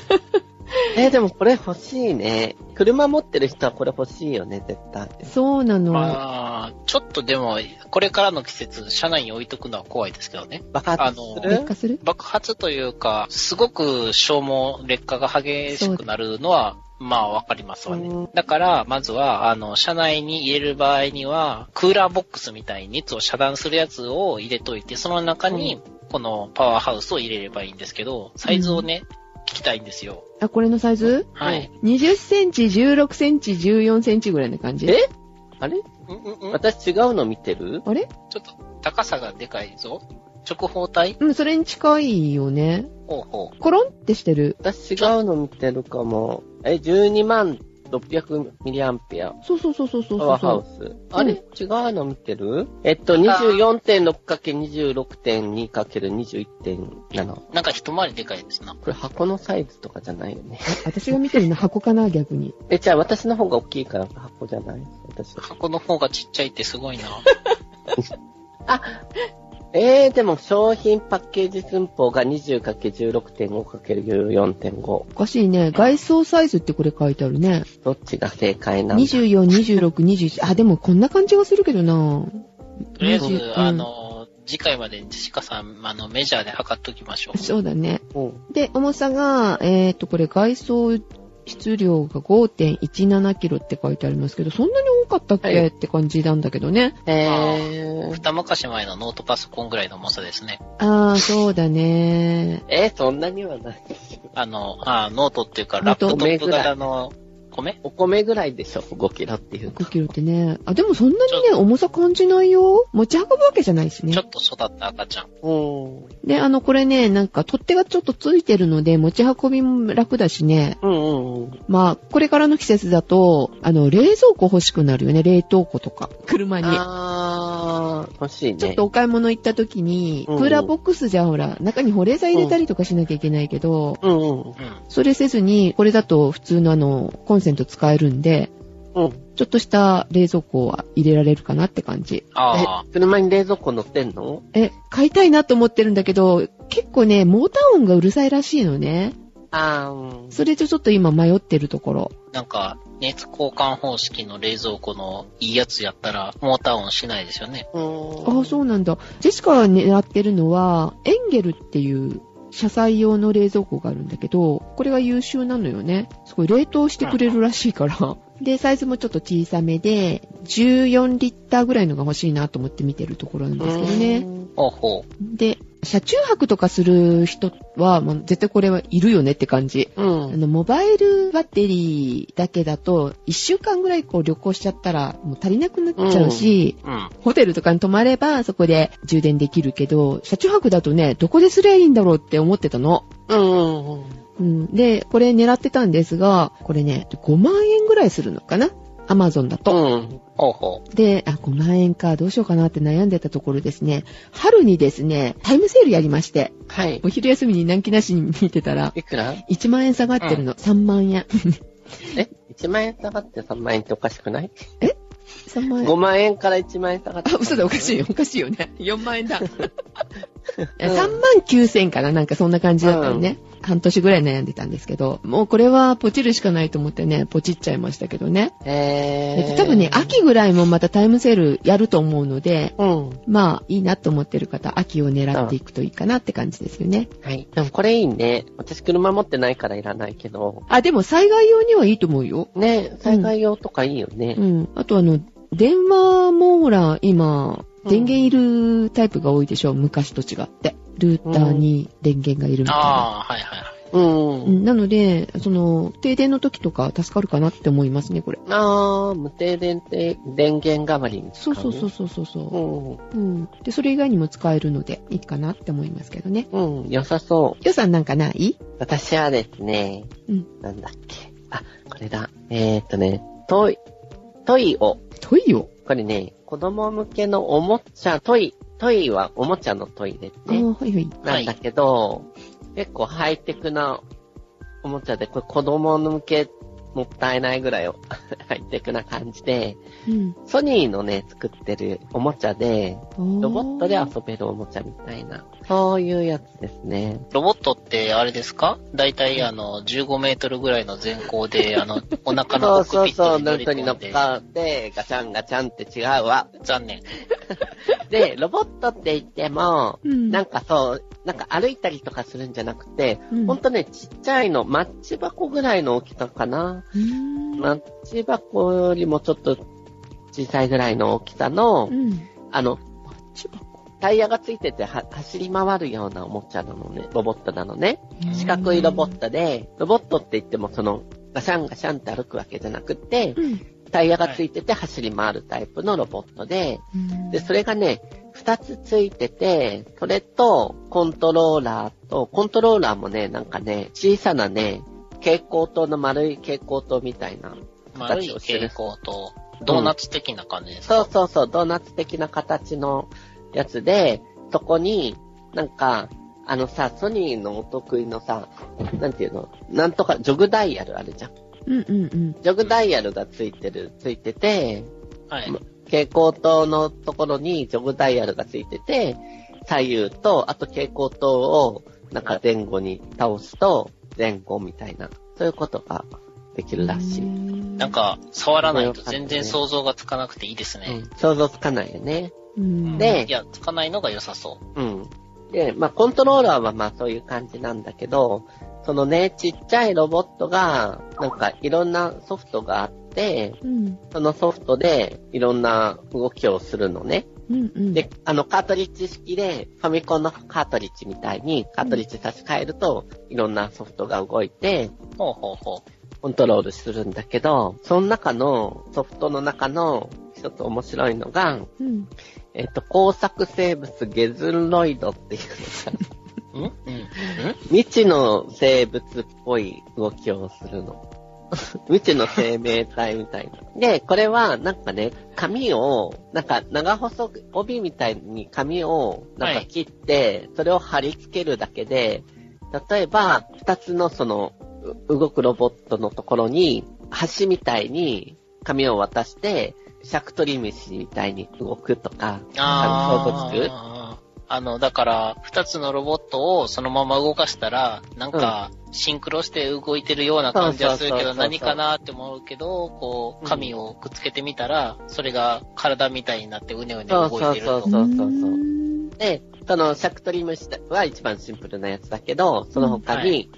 [SPEAKER 3] ーでもこれ欲しいね。車持ってる人はこれ欲しいよね、絶対。
[SPEAKER 1] そうなの。
[SPEAKER 2] まあ、ちょっとでも、これからの季節、車内に置いとくのは怖いですけどね。
[SPEAKER 3] 爆発す
[SPEAKER 1] 劣
[SPEAKER 3] る
[SPEAKER 1] 化する
[SPEAKER 2] 爆発というか、すごく消耗、劣化が激しくなるのは、まあわかりますわ
[SPEAKER 3] うん
[SPEAKER 2] ね。だから、まずは、あの、車内に入れる場合には、クーラーボックスみたいに熱を遮断するやつを入れといて、その中に、このパワーハウスを入れればいいんですけど、サイズをね、聞きたいんですよ。
[SPEAKER 1] あ、これのサイズ
[SPEAKER 2] はい。
[SPEAKER 1] 20センチ、16センチ、14センチぐらいな感じ
[SPEAKER 3] えあれ
[SPEAKER 2] うんうんうん。ち
[SPEAKER 3] 私違うの見てる
[SPEAKER 1] あれ
[SPEAKER 2] ょっと、高さがでかいぞ。直方体
[SPEAKER 1] うん、それに近いよね。
[SPEAKER 2] ほうほう。
[SPEAKER 1] コロンってしてる。
[SPEAKER 3] 私違うの見てるかも。え、12万600ミリアンペア。
[SPEAKER 1] そうそうそうそうそうそ
[SPEAKER 3] パワ
[SPEAKER 1] う
[SPEAKER 3] ーハウス。あれ違うの見てるえっと、24.6×26.2×21.7。
[SPEAKER 2] なんか一回りでかいですな。
[SPEAKER 3] これ箱のサイズとかじゃないよね。
[SPEAKER 1] 私が見てるの箱かな、逆に。
[SPEAKER 3] え、じゃあ私の方が大きいから箱じゃない私。
[SPEAKER 2] 箱の方がちっちゃいってすごいな。
[SPEAKER 3] えー、でも商品パッケージ寸法が 20×16.5×14.5。
[SPEAKER 1] おかしいね。外装サイズってこれ書いてあるね。
[SPEAKER 3] どっちが正解なんだ
[SPEAKER 1] 24、26、21。あ、でもこんな感じがするけどな
[SPEAKER 2] とりあえ
[SPEAKER 1] 20う
[SPEAKER 2] ず、
[SPEAKER 1] ん
[SPEAKER 2] あの、次回までにジェシカさん、あの、メジャーで測っときましょう。
[SPEAKER 1] そうだね。
[SPEAKER 3] うん。
[SPEAKER 1] で、重さが、えっ、と、これ外装質量が5.17キロって書いてありますけど、そんなに多かったっけ、
[SPEAKER 3] はい
[SPEAKER 1] って感じなんだけどね。
[SPEAKER 3] えー、
[SPEAKER 2] 二昔前のノートパソコンぐらいの重さですね。
[SPEAKER 1] ああ、そうだね。
[SPEAKER 3] えー、そんなにはない。
[SPEAKER 2] あの、あノートっていうか、
[SPEAKER 1] ノー
[SPEAKER 2] ラッ
[SPEAKER 1] ト
[SPEAKER 2] プトップ
[SPEAKER 3] 米ぐらい
[SPEAKER 2] 型の米
[SPEAKER 3] お米ぐらいでしょ ?5 キロっていう
[SPEAKER 1] 5
[SPEAKER 3] か。
[SPEAKER 1] キロってね。あ、でもそんなにね、重さ感じないよ。持ち運ぶわけじゃないしね
[SPEAKER 2] ちょ。っと育った赤ちゃん。
[SPEAKER 3] うん。
[SPEAKER 1] で、あの、これね、なんか取っ手がちょっとついてるので、持ち運びも楽だしね。
[SPEAKER 3] うんうんうん。
[SPEAKER 1] まあ、これからの季節だと、あの、冷蔵庫欲しくなるよね。冷凍庫とか。車に。
[SPEAKER 3] あー、欲しいね。
[SPEAKER 1] ちょっとお買い物行った時に、ク
[SPEAKER 3] うんうん
[SPEAKER 1] ーラーボックスじゃほら、中に保冷剤入れたりとかしなきゃいけないけど、
[SPEAKER 3] うんうん。
[SPEAKER 2] うん。
[SPEAKER 1] それせずに、これだと普通のあの、コンセント使えるんで、
[SPEAKER 3] うん。
[SPEAKER 1] ちょっとした冷蔵庫は入れられるかなって感じ。
[SPEAKER 2] ああ、
[SPEAKER 3] え、車に冷蔵庫乗ってんの
[SPEAKER 1] え、買いたいなと思ってるんだけど、結構ね、モーター音がうるさいらしいのね。
[SPEAKER 3] あー、うん。
[SPEAKER 1] それとちょっと今迷ってるところ。
[SPEAKER 2] なんか、熱交換方式の冷蔵庫のいいやつやったら、モーター音しないですよね。
[SPEAKER 1] ああ、そうなんだ。ジェシカが狙ってるのは、エンゲルっていう車載用の冷蔵庫があるんだけど、これが優秀なのよね。すごい冷凍してくれるらしいから。で、サイズもちょっと小さめで、14リッターぐらいのが欲しいなと思って見てるところなんですけどね。
[SPEAKER 3] うん。
[SPEAKER 2] ほうほう。
[SPEAKER 1] で、車中泊とかする人は、もう絶対これはいるよねって感じ。
[SPEAKER 3] う
[SPEAKER 1] あ
[SPEAKER 3] ん。
[SPEAKER 1] の、モバイルバッテリーだけだと、1週間ぐらいこう旅行しちゃったら、もう足りなくなっちゃうし、
[SPEAKER 2] うん。
[SPEAKER 1] ホテルとかに泊まればそこで充電できるけど、車中泊だとね、どこですりゃいいんだろうって思ってたの。
[SPEAKER 3] うんうん。
[SPEAKER 1] うん。で、これ狙ってたんですが、これね、5万円ぐらいするのかなアマゾンだと。
[SPEAKER 3] うん。
[SPEAKER 2] ほうほう。
[SPEAKER 1] で、あ、5万円か、どうしようかなって悩んでたところですね、春にですね、タイムセールやりまして、
[SPEAKER 3] はい
[SPEAKER 1] お。昼休みに何気なしに見てたら、
[SPEAKER 3] いくら
[SPEAKER 1] 1万円下がってるの、3万円。
[SPEAKER 3] え ?1 万円下がって3万円っておかしくない
[SPEAKER 1] 3万円
[SPEAKER 3] ?5。万円から1万円下がって。
[SPEAKER 1] あ、嘘だ、おかしいよ、おかしいよね。4万円だ。3万9千かな、なんかそんな感じだったのね。半年ぐらい悩んでたんですけど、もうこれはポチるしかないと思ってね、ポチっちゃいましたけどね。
[SPEAKER 3] え
[SPEAKER 1] で
[SPEAKER 3] ー。
[SPEAKER 1] 多分ね、。秋ぐらいもまたタイムセールやると思うので、
[SPEAKER 3] うん。
[SPEAKER 1] まあ、いいなと思ってる方、秋を狙っていくといいかなって感じですよね。
[SPEAKER 3] はい。でもこれいいね。私車持ってないからいらないけど。
[SPEAKER 1] あ、でも災害用にはいいと思うよ。
[SPEAKER 3] ね災害用とかいいよね
[SPEAKER 1] う。ん。あとあの、電話もほら、今、
[SPEAKER 3] うん
[SPEAKER 1] 電源いるタイプが多いでしょ、昔と違って。ルーターに電源がいるみたいな。
[SPEAKER 2] ああ、はいはいはい。
[SPEAKER 3] うん。
[SPEAKER 1] うんなので、その、停電の時とか助かるかなって思いますね、これ。
[SPEAKER 3] あー、無停電って電源代わりに使、
[SPEAKER 1] そううそうそう
[SPEAKER 3] う
[SPEAKER 1] そうそうそ。
[SPEAKER 3] そう
[SPEAKER 1] うん。で、それ以外にも使えるので、いいかなって思いますけどね。
[SPEAKER 3] う。うん。うん。良さそう。
[SPEAKER 1] 予算なんかない
[SPEAKER 3] 私はですね、
[SPEAKER 1] うん
[SPEAKER 3] なんだっけ。あ、これだ。えーっとね、トイ、トイを。
[SPEAKER 1] トイよ。
[SPEAKER 3] これね、子供向けのおもちゃ、トイ、トイはおもちゃのトイレ
[SPEAKER 1] あ
[SPEAKER 3] ね。
[SPEAKER 1] あ、はいはい。
[SPEAKER 3] なんだけど、結構ハイテクなおもちゃで、これ子供向けもったいないぐらいを [laughs] ハイテクな感じで、
[SPEAKER 1] うん。
[SPEAKER 3] ソニーのね、作ってるおもちゃで、ロ
[SPEAKER 1] ロ
[SPEAKER 3] ボットで遊べるおもちゃみたいな、そういうやつですね。
[SPEAKER 2] ロボットってあれですかだいたいあの、15メートルぐらいの前高
[SPEAKER 3] [laughs]
[SPEAKER 2] で、あの、お腹
[SPEAKER 3] そ
[SPEAKER 2] の
[SPEAKER 3] う
[SPEAKER 2] コッ
[SPEAKER 3] そ
[SPEAKER 2] ク
[SPEAKER 3] う
[SPEAKER 2] ピッ
[SPEAKER 3] そ
[SPEAKER 2] ト
[SPEAKER 3] う、
[SPEAKER 2] に
[SPEAKER 3] ノ
[SPEAKER 2] 乗
[SPEAKER 3] ー
[SPEAKER 2] り
[SPEAKER 3] トに乗
[SPEAKER 2] 込
[SPEAKER 3] っ
[SPEAKER 2] んで。
[SPEAKER 3] かって、ガチャンガチャンって違うわ。
[SPEAKER 2] 残念。
[SPEAKER 3] で、ロボットって言っても、
[SPEAKER 1] うん。
[SPEAKER 3] なんかそう、なんか歩いたりとかするんじゃなくて、
[SPEAKER 1] うん、
[SPEAKER 3] ほんとね、ちっちゃいの、マッチ箱ぐらいの大きさかな。
[SPEAKER 1] うん
[SPEAKER 3] マッチ箱よりもちょっと小さいぐらいの大きさの
[SPEAKER 1] う、ん。
[SPEAKER 3] あの、
[SPEAKER 1] 千葉か
[SPEAKER 3] タイヤがついてては走り回るようなおもちゃなのね、ロボットなのね。四角いロボットで、ロボットって言ってもその、ガシャンガシャンって歩くわけじゃなくて、
[SPEAKER 1] うん。
[SPEAKER 3] タイヤがついてて走り回るタイプのロボットで、
[SPEAKER 1] うん
[SPEAKER 3] で、それがね、二つついてて、それと、コントローラーと、コントローラーもね、なんかね、小さなね、蛍光灯の丸い蛍光灯みたいな。
[SPEAKER 2] 丸い蛍光と、ドーナツ的な感じですか、
[SPEAKER 3] そうそうそう、ドーナツ的な形のやつで、そこに、なんか、あのさ、ソニーのお得意のさ、なんていうの、なんとか、ジョグダイヤルあるじゃん。
[SPEAKER 1] うんうんうん。
[SPEAKER 3] ジョグダイヤルがついてる、ついてて、
[SPEAKER 2] はい。
[SPEAKER 3] 蛍光灯のところにジョグダイヤルがついてて、左右と、あと蛍光灯をなんか前後に倒すと、前後みたいな、そういうことができるらしい。うん
[SPEAKER 2] なん、か、触らないと全然想像がつかなくていいですね。
[SPEAKER 3] 想像つかないよね。
[SPEAKER 1] うん、
[SPEAKER 3] で
[SPEAKER 2] いや、つかないのが良さそう。
[SPEAKER 3] うん。で、まあコントローラーはまあそういう感じなんだけど、そのね、ちっちゃいロボットが、なんかいろんなソフトがあって、
[SPEAKER 1] うん
[SPEAKER 3] そのソフトでいろんな動きをするのね。
[SPEAKER 1] うんうん、
[SPEAKER 3] で、あの、カートリッジ式で、ファミコンのカートリッジみたいに、カートリッジ差し替えると、いろんなソフトが動いて、
[SPEAKER 2] ほうほうほ
[SPEAKER 3] コントロールするんだけど、その中の、ソフトの中の、一つ面白いのが、
[SPEAKER 1] うん、
[SPEAKER 3] えっと、工作生物ゲズンロイドっていう
[SPEAKER 2] う。
[SPEAKER 3] のが、
[SPEAKER 2] んうん。うん
[SPEAKER 3] 未知の生物っぽい動きをするの。 [laughs] 未知の生命体みたいな。で、これは、なんかね、紙を、なんか長細く、帯みたいに紙を、なんか
[SPEAKER 2] はい
[SPEAKER 3] 切って、それを貼り付けるだけで、例えば、二つのその、う動くロボットのところに、橋みたいに紙を渡して、尺取り飯みたいに動くとか、
[SPEAKER 2] あ
[SPEAKER 3] 想像つく
[SPEAKER 2] あ。あの、だから、二つのロボットをそのまま動かしたら、なんか、シンクロして動いてるような感じはするけ
[SPEAKER 3] そうそうそうそ
[SPEAKER 2] ど、何
[SPEAKER 3] う
[SPEAKER 2] かなって思うけど、こう、紙をくっつけてみたら、それが体みたいになってうねうね動いてる
[SPEAKER 3] そう
[SPEAKER 2] と。
[SPEAKER 3] そうそうそ
[SPEAKER 1] う
[SPEAKER 3] う
[SPEAKER 1] ん
[SPEAKER 3] で、その、シャクトリムシは一番シンプルなやつだけど、その
[SPEAKER 2] う
[SPEAKER 3] 他
[SPEAKER 2] んは
[SPEAKER 3] に、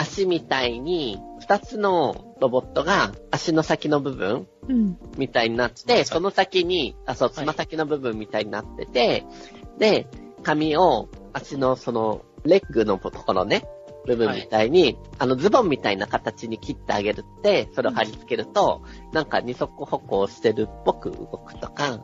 [SPEAKER 3] 足みたいに、二つのロボットが足の先の部分
[SPEAKER 1] うん
[SPEAKER 3] みたいになっ
[SPEAKER 2] つま
[SPEAKER 3] て、
[SPEAKER 2] 先
[SPEAKER 3] その先に、あ、そう、つま先の部分みたいになってて、で、髪を足のその、レッグのところね、部分みたいに、あの、ズボンみたいな形に切ってあげるって、それを貼り付けると、なんか二足歩行してるっぽく動くとか、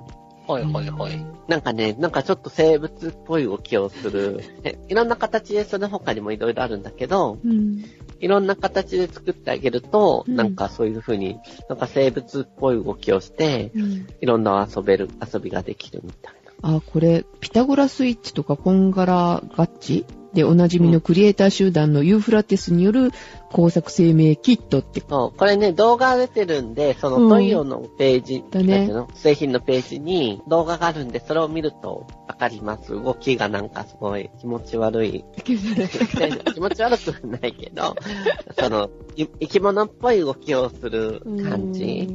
[SPEAKER 2] ほいほいほい。
[SPEAKER 3] なんかね、なんかちょっと生物っぽい動きをする。えいろんな形で、その他にもいろいろあるんだけど、
[SPEAKER 1] うん
[SPEAKER 3] いろんな形で作ってあげると、
[SPEAKER 1] うん
[SPEAKER 3] なんかそういう風に、なんか生物っぽい動きをして、
[SPEAKER 1] うん
[SPEAKER 3] いろんな遊べる、遊びができるみたいな。
[SPEAKER 1] あ、これ、ピタゴラスイッチとか、コンガラガッチで、おなじみのクリエイター集団のユーフラテスによる工作生命キットって、
[SPEAKER 3] そう、これね、動画が出てるんで、そ
[SPEAKER 1] うん
[SPEAKER 3] のトイオのページ、
[SPEAKER 1] だね
[SPEAKER 3] なんていうの製品のページに動画があるんで、それを見るとわかります。動きがなんかすごい気持ち悪い。 [laughs] 気持ち悪くはないけど、その、い生き物っぽい動きをする感じ。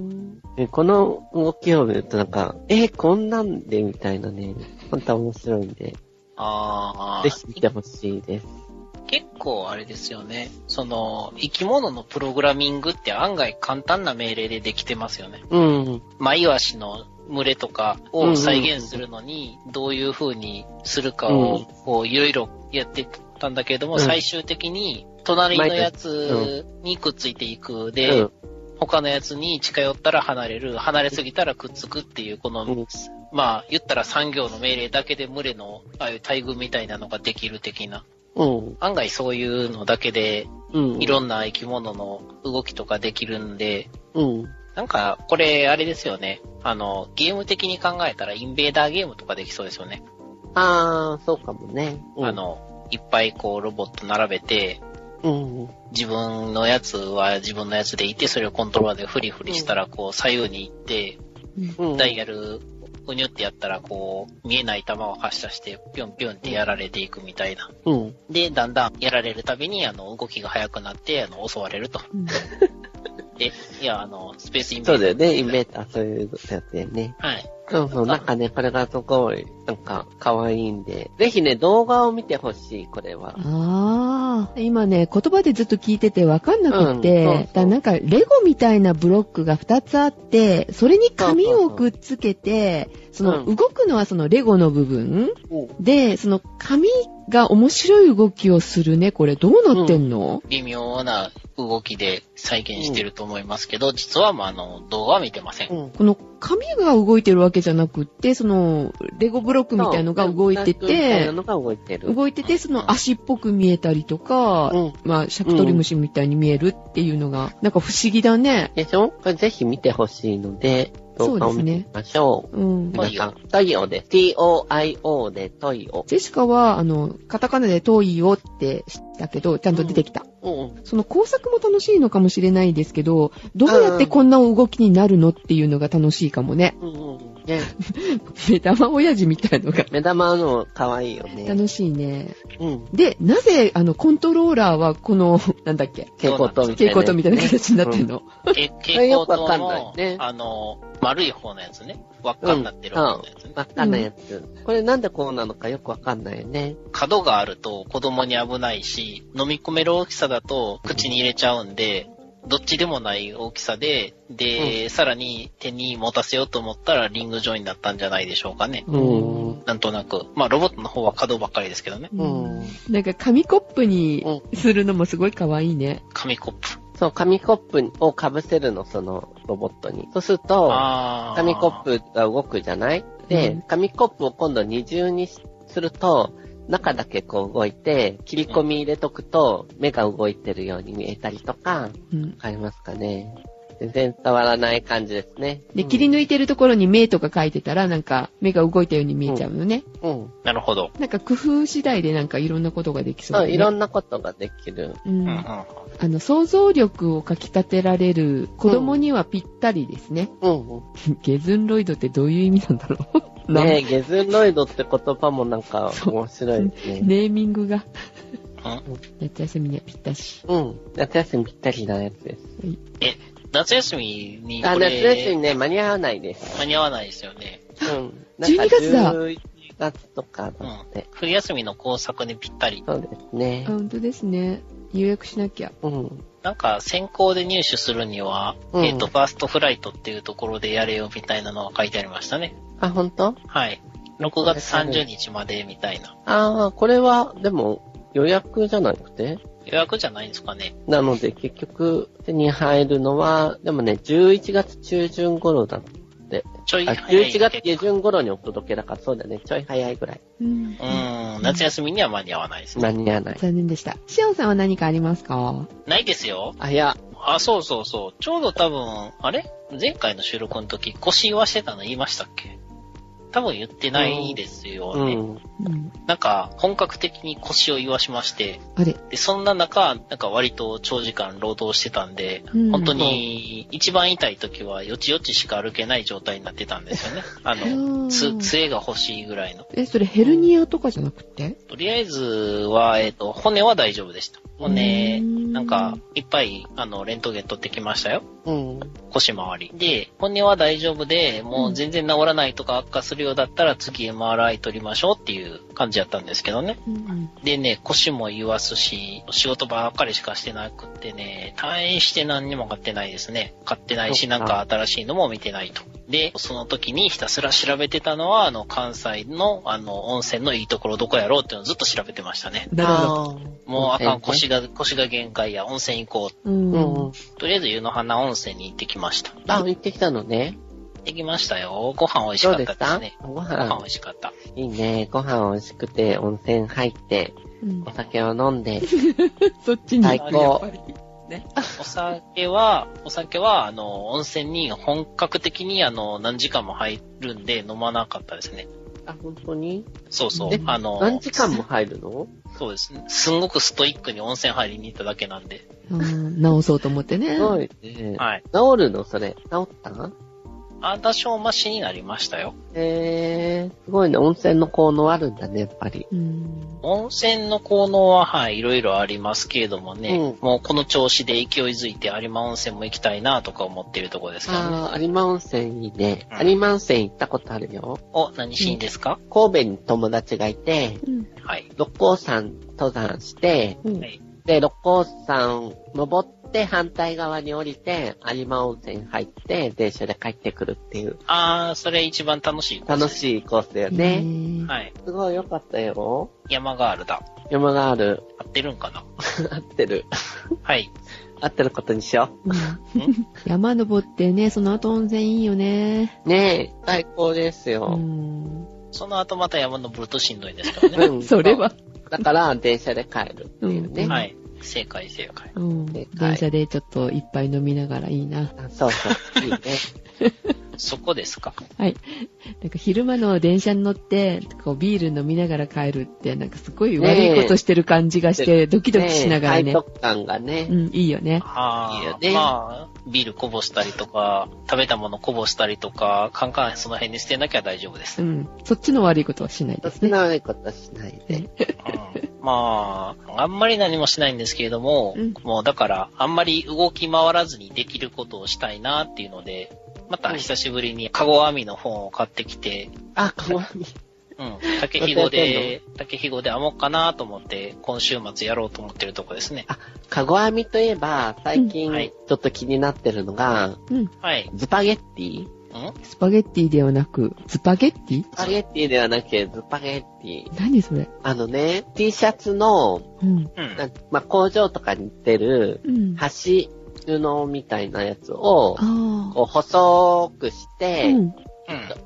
[SPEAKER 3] でこの動きを見るとなんか、えーこんなんでみたいなね、本当面白いんで、
[SPEAKER 2] あ
[SPEAKER 3] ぜひ見てほしいです。
[SPEAKER 2] 結構あれですよね。その、生き物のプログラミングって案外簡単な命令でできてますよね。
[SPEAKER 3] うん。
[SPEAKER 2] まあ、イワシの群れとかを再現するのに、どういう風にするか
[SPEAKER 3] う
[SPEAKER 2] を
[SPEAKER 3] ん、
[SPEAKER 2] こう、いろいろやってたんだけれども、
[SPEAKER 3] うん
[SPEAKER 2] 最終的に、隣のやつにくっついていく。で、
[SPEAKER 3] うん
[SPEAKER 2] 他のやつに近寄ったら離れる、離れすぎたらくっつくっていう、この、
[SPEAKER 3] うん
[SPEAKER 2] まあ、言ったら産業の命令だけで群れの、ああいう大群みたいなのができる的な。
[SPEAKER 3] うん。
[SPEAKER 2] 案外そういうのだけで、
[SPEAKER 3] うん。
[SPEAKER 2] いろんな生き物の動きとかできるんで、
[SPEAKER 3] うん。
[SPEAKER 2] なんか、これ、あれですよね。あの、ゲーム的に考えたら、インベーダーゲームとかできそうですよね。
[SPEAKER 3] あー、そうかもね。うん
[SPEAKER 2] あ、の、いっぱいこう、ロボット並べて、
[SPEAKER 3] うん。
[SPEAKER 2] 自分のやつは自分のやつでいて、それをコントローラーでフリフリしたら、こう、左右に行って、
[SPEAKER 3] うん
[SPEAKER 2] ダイヤル、うにゅってやったら、こう、見えない球を発射して、ぴょんぴょんってやられていくみたいな。
[SPEAKER 3] うん。
[SPEAKER 2] で、だんだんやられるたびに、あの、動きが速くなって、あの、襲われると。
[SPEAKER 1] うん
[SPEAKER 2] で、いや、あの、スペースインベ
[SPEAKER 3] そう
[SPEAKER 2] ーダー。
[SPEAKER 3] だよね、インベーター、そういうやつだよね。
[SPEAKER 2] はい。
[SPEAKER 3] そうそう、なんかね、これがすごい、なんか、可愛いんで。ぜひね、動画を見てほしい、これは。
[SPEAKER 1] ああ、今ね、言葉でずっと聞いててわかんなくって、
[SPEAKER 3] うんそうそう
[SPEAKER 1] だなんかレゴみたいなブロックが2つあって、それに紙をくっつけて、そ
[SPEAKER 3] そうそう
[SPEAKER 1] の動くのはそのレゴの部分
[SPEAKER 3] うん
[SPEAKER 1] で、その紙が面白い動きをするね、これどうなってんの、
[SPEAKER 2] 微妙な動きで再現してると思いますけど、実はまああの動画は見てません。
[SPEAKER 3] うん。
[SPEAKER 1] この紙が動いてるわけじゃなくって、そのレゴブロックみたいのが動いて
[SPEAKER 3] そうみたいな
[SPEAKER 1] て、
[SPEAKER 3] のが動いてる。
[SPEAKER 1] 動いてて、その足っぽく見えたりとか、
[SPEAKER 3] うん。
[SPEAKER 1] まあ、シャクトリムシみたいに見えるっていうのが、なんか不思議だね。
[SPEAKER 3] でしょこれぜひ見てほしいので、動画を見てみましょう。
[SPEAKER 1] うん。
[SPEAKER 2] そうですね
[SPEAKER 3] 皆さん、トイオです。T-O-I-O でトイオ。
[SPEAKER 1] ジェシカは、あの、カタカナで遠いよって知ったけど、ちゃんと出てきた。
[SPEAKER 3] うん。
[SPEAKER 1] その工作も楽しいのかもしれないですけど、どうやってこんな動きになるのっていうのが楽しいかもね。
[SPEAKER 3] うんうん。ね、
[SPEAKER 1] 目玉親父みたいのが。
[SPEAKER 3] 目玉の可愛いよね。
[SPEAKER 1] 楽しいね。
[SPEAKER 3] うん。
[SPEAKER 1] で、なぜ、あの、コントローラーはこの、なんだっけ、
[SPEAKER 3] 蛍光灯みたいな。
[SPEAKER 1] 蛍光灯みたいな形になってるの。
[SPEAKER 2] け
[SPEAKER 3] れ
[SPEAKER 2] 蛍光
[SPEAKER 3] よくわ
[SPEAKER 2] 灯
[SPEAKER 3] かんない
[SPEAKER 2] の、
[SPEAKER 3] ね
[SPEAKER 2] あの、丸い方のやつね。輪っかになってる方のやつね。
[SPEAKER 3] わかんないやつ。これなんでこうなのかよくわかんないよね。
[SPEAKER 2] 角があると子供に危ないし、飲み込める大きさだと口に入れちゃうんで、どっちでもない大きさで、で、さらに手に持たせようと思ったらリング状になったんじゃないでしょうかね。
[SPEAKER 3] うん
[SPEAKER 2] なんとなく。まあ、ロボットの方は角ばっかりですけどね。
[SPEAKER 1] うんなんか紙コップにするのもすごい可愛いね。
[SPEAKER 2] 紙コップ。
[SPEAKER 3] そう、紙コップを被せるの、そのロボットに。そうすると、
[SPEAKER 2] あー
[SPEAKER 3] 紙コッ。プが動くじゃないで、
[SPEAKER 1] うん
[SPEAKER 3] 紙コップを今度二重にしすると、中だけこう動いて、切り込み入れとくと、目が動いてるように見えたりとか、わ
[SPEAKER 1] うん。
[SPEAKER 3] かりますかね全然伝わらない感じですね。
[SPEAKER 1] で、切り抜いてるところに目とか書いてたら、なんか目が動いたように見えちゃうのね。
[SPEAKER 3] うん。
[SPEAKER 2] なるほど。
[SPEAKER 1] なんか工夫次第でなんかいろんなことができそう
[SPEAKER 3] そ
[SPEAKER 1] だ
[SPEAKER 3] う、
[SPEAKER 1] ね。
[SPEAKER 3] いろんなことができる。
[SPEAKER 1] うん
[SPEAKER 2] うんうん
[SPEAKER 1] あの、想像力をかき立てられる子供にはぴったりですね。 [laughs]
[SPEAKER 3] うん。
[SPEAKER 1] ゲズンロイドってどういう意味なんだろう [laughs] な
[SPEAKER 3] ねえ、ゲズロイドって言葉もなんか
[SPEAKER 1] そう
[SPEAKER 3] 面白いですね。
[SPEAKER 1] ネーミングが。
[SPEAKER 2] うん
[SPEAKER 1] 夏休みにはぴったし。
[SPEAKER 3] うん。夏休みぴったりなやつです。
[SPEAKER 2] 夏休みに
[SPEAKER 3] あ、
[SPEAKER 2] こ
[SPEAKER 3] 夏休
[SPEAKER 2] れ
[SPEAKER 3] みね、間に合わないです。
[SPEAKER 2] 間に合わないですよね。
[SPEAKER 3] うん。
[SPEAKER 1] 12月だ
[SPEAKER 3] 11月とかだって。
[SPEAKER 2] 冬休みの工作にぴったり。
[SPEAKER 3] そうですね
[SPEAKER 1] あ、。本当ですね。予約しなきゃ。
[SPEAKER 3] うん。
[SPEAKER 2] なんか先行で入手するには、
[SPEAKER 3] うん
[SPEAKER 2] えっ、と、ファーストフライトっていうところでやれよみたいなのが書いてありましたね。
[SPEAKER 3] あ、本当？
[SPEAKER 2] はい。6月30日までみたいな。
[SPEAKER 3] ああ、これは、でも、予約じゃなくて
[SPEAKER 2] 予約じゃないんですかね。
[SPEAKER 3] なので、結局、手に入るのは、でもね、11月中旬頃だって。
[SPEAKER 2] ちょい
[SPEAKER 3] あ、
[SPEAKER 2] 早い
[SPEAKER 3] 11
[SPEAKER 2] けど。
[SPEAKER 3] 月下旬頃にお届けだから、そうだね、ちょい早いぐらい。
[SPEAKER 1] うん
[SPEAKER 2] うーん、夏休みには間に合わないです
[SPEAKER 3] 間
[SPEAKER 2] ね。
[SPEAKER 3] に合わない。
[SPEAKER 1] 残念でした。シオンさんは何かありますか
[SPEAKER 2] ないですよ。
[SPEAKER 3] あ、いや、
[SPEAKER 2] あ、そうそうそう。ちょうど多分、あれ前回の収録の時、腰言わしてたの言いましたっけ多分言ってないですよ
[SPEAKER 3] う
[SPEAKER 2] ね。
[SPEAKER 3] ん。
[SPEAKER 1] うん。
[SPEAKER 2] なんか、本格的に腰を言わしまして、
[SPEAKER 1] あれ。
[SPEAKER 2] で、そんな中、なんか割と長時間労働してたんで、
[SPEAKER 1] うん
[SPEAKER 2] 本当に一番痛い時はよちよちしか歩けない状態になってたんですよね。あ
[SPEAKER 1] う
[SPEAKER 2] の、
[SPEAKER 1] ん
[SPEAKER 2] つ、杖が欲しいぐらいの。
[SPEAKER 1] え、それヘルニアとかじゃなくて
[SPEAKER 2] とりあえずは、えっ、と、骨は大丈夫でした。骨、
[SPEAKER 1] うん
[SPEAKER 2] なんか、いっぱい、あの、レントゲン取ってきましたよ。
[SPEAKER 3] うん。
[SPEAKER 2] 腰回り。で、骨は大丈夫で、もう全然治らないとか悪化するようだったら次 MRI 取りましょうっていう感じやったんですけどね。
[SPEAKER 1] うん。
[SPEAKER 2] でね、腰も言わすし、仕事ばっかりしかしてなくってね、退院して何にも買ってないですね。買ってない
[SPEAKER 3] そ
[SPEAKER 2] し、
[SPEAKER 3] っか
[SPEAKER 2] なんか新しいのも見てないと。で、その時にひたすら調べてたのは、あの、関西の、あの、温泉のいいところどこやろうっていうのをずっと調べてましたね。
[SPEAKER 1] なるほど。
[SPEAKER 2] もうあかん、
[SPEAKER 3] 温
[SPEAKER 2] 腰
[SPEAKER 3] 泉
[SPEAKER 2] が、腰が限界や、温泉行こ
[SPEAKER 1] う。
[SPEAKER 3] うんん。
[SPEAKER 2] う。とりあえず湯の花温泉に行ってきました。
[SPEAKER 3] あ、行ってきたのね。
[SPEAKER 2] 行ってきましたよ。ご飯美味し
[SPEAKER 3] ど
[SPEAKER 2] か
[SPEAKER 3] う
[SPEAKER 2] っ
[SPEAKER 3] で
[SPEAKER 2] た
[SPEAKER 3] し
[SPEAKER 2] で
[SPEAKER 3] た
[SPEAKER 2] すね。
[SPEAKER 3] ご
[SPEAKER 2] ご飯美
[SPEAKER 3] 飯。
[SPEAKER 2] 味しかった。
[SPEAKER 3] いいね。ご飯美味しくて、温泉入って、
[SPEAKER 1] うん
[SPEAKER 3] お酒を飲んで。
[SPEAKER 1] [laughs] そっちに。
[SPEAKER 3] 最高
[SPEAKER 1] やっぱり
[SPEAKER 2] お酒は、お酒は、あの、温泉に本格的に、あの、何時間も入るんで飲まなかったですね。
[SPEAKER 3] あ、本当に
[SPEAKER 2] そうそう
[SPEAKER 3] え。
[SPEAKER 2] あの、
[SPEAKER 3] 何時間も入るの
[SPEAKER 2] そうですね。すんごくストイックに温泉入りに行っただけなんで。
[SPEAKER 1] うん直そうと思ってね。
[SPEAKER 3] すごいね。
[SPEAKER 2] はい。
[SPEAKER 3] 治るのそれ。治った
[SPEAKER 2] あ多少マシになりましたよ。
[SPEAKER 3] えー、すごいね。温泉の効能あるんだね、やっぱり。
[SPEAKER 1] うん。
[SPEAKER 2] 温泉の効能は、はい、いろいろありますけれどもね、もうこの調子で勢いづいて有馬温泉も行きたいなとか思ってるところですけどね。
[SPEAKER 3] あー、有馬温泉いいね
[SPEAKER 2] う。ん
[SPEAKER 3] 有馬温泉行ったことあるよ。
[SPEAKER 2] お、何しにですか、
[SPEAKER 3] 神戸に友達がいて、
[SPEAKER 1] うん。
[SPEAKER 2] はい。
[SPEAKER 3] 六甲山登山して、
[SPEAKER 1] うん
[SPEAKER 2] はい。
[SPEAKER 3] で、六甲山登って反対側に降りて、有馬温泉入って、電車で帰ってくるっていう、
[SPEAKER 2] あー、それ一番楽しいコース
[SPEAKER 3] 楽
[SPEAKER 2] です。
[SPEAKER 3] しいコースだよ
[SPEAKER 1] え
[SPEAKER 3] ね。
[SPEAKER 1] ー
[SPEAKER 2] はい。
[SPEAKER 3] すごい良かったよ。
[SPEAKER 2] 山ガールだ。
[SPEAKER 3] 山がある。 [laughs]
[SPEAKER 2] 合ってるんかな
[SPEAKER 3] 合ってる。
[SPEAKER 2] はい。
[SPEAKER 3] 合ってることにしよ
[SPEAKER 1] うん山登って [laughs] ね、その後温泉いいよね。
[SPEAKER 3] う。ねえ、最高です
[SPEAKER 1] う
[SPEAKER 3] よ。
[SPEAKER 1] ん。
[SPEAKER 2] その後また山登るとしんどいですからね。
[SPEAKER 3] う
[SPEAKER 1] [laughs]
[SPEAKER 3] ん
[SPEAKER 1] それは。
[SPEAKER 3] だから、電車で帰るっていうね。
[SPEAKER 1] うん
[SPEAKER 2] はい。正解、正解。
[SPEAKER 1] うん。
[SPEAKER 3] でかい
[SPEAKER 1] 電車でちょっと一杯飲みながらいいな。
[SPEAKER 3] あそうそう。いいね。
[SPEAKER 2] そこですか
[SPEAKER 1] はい。なんか昼間の電車に乗って、こうビール飲みながら帰るって、なんかすごい悪いことしてる感じがして、ドキドキしながらね
[SPEAKER 3] 背。徳感がね。
[SPEAKER 1] うん、いいよね。
[SPEAKER 2] ああ、
[SPEAKER 3] いいよね
[SPEAKER 2] まあ、ビールこぼしたりとか、食べたものこぼしたりとか、カンカンその辺に捨てなきゃ大丈夫です。
[SPEAKER 1] う
[SPEAKER 2] うん
[SPEAKER 1] ん。そっちの悪いことはしない
[SPEAKER 3] そ
[SPEAKER 1] で
[SPEAKER 3] ん
[SPEAKER 1] すね。
[SPEAKER 3] な悪いことしないで。
[SPEAKER 2] まあ、あんまり何もしないんですけれども、
[SPEAKER 1] うん
[SPEAKER 2] もうだから、あんまり動き回らずにできることをしたいなっていうので、また久しぶりにカゴ編みの本を買ってきて、
[SPEAKER 3] あ、かわいい。
[SPEAKER 2] うん、竹ひごで、竹ひごで編もうかなと思って、今週末やろうと思ってるとこですね。
[SPEAKER 3] かご編みといえば、最
[SPEAKER 2] う
[SPEAKER 3] 近
[SPEAKER 2] んはい、
[SPEAKER 3] ちょっと気になってるのが、
[SPEAKER 1] うん。
[SPEAKER 2] はい。
[SPEAKER 3] ズパゲッティ
[SPEAKER 2] うん
[SPEAKER 1] スパゲッティではなく、スパゲッティ
[SPEAKER 3] スパゲッティではなくて、ズパゲッティ。
[SPEAKER 1] 何それ
[SPEAKER 3] あのね、T シャツの、
[SPEAKER 1] うん。
[SPEAKER 2] う。
[SPEAKER 3] なんんまあ、工場とかに売ってる、
[SPEAKER 1] うん。
[SPEAKER 3] 端布みたいなやつを、
[SPEAKER 1] ああ。
[SPEAKER 3] こう細くして、
[SPEAKER 1] うん。
[SPEAKER 2] うん。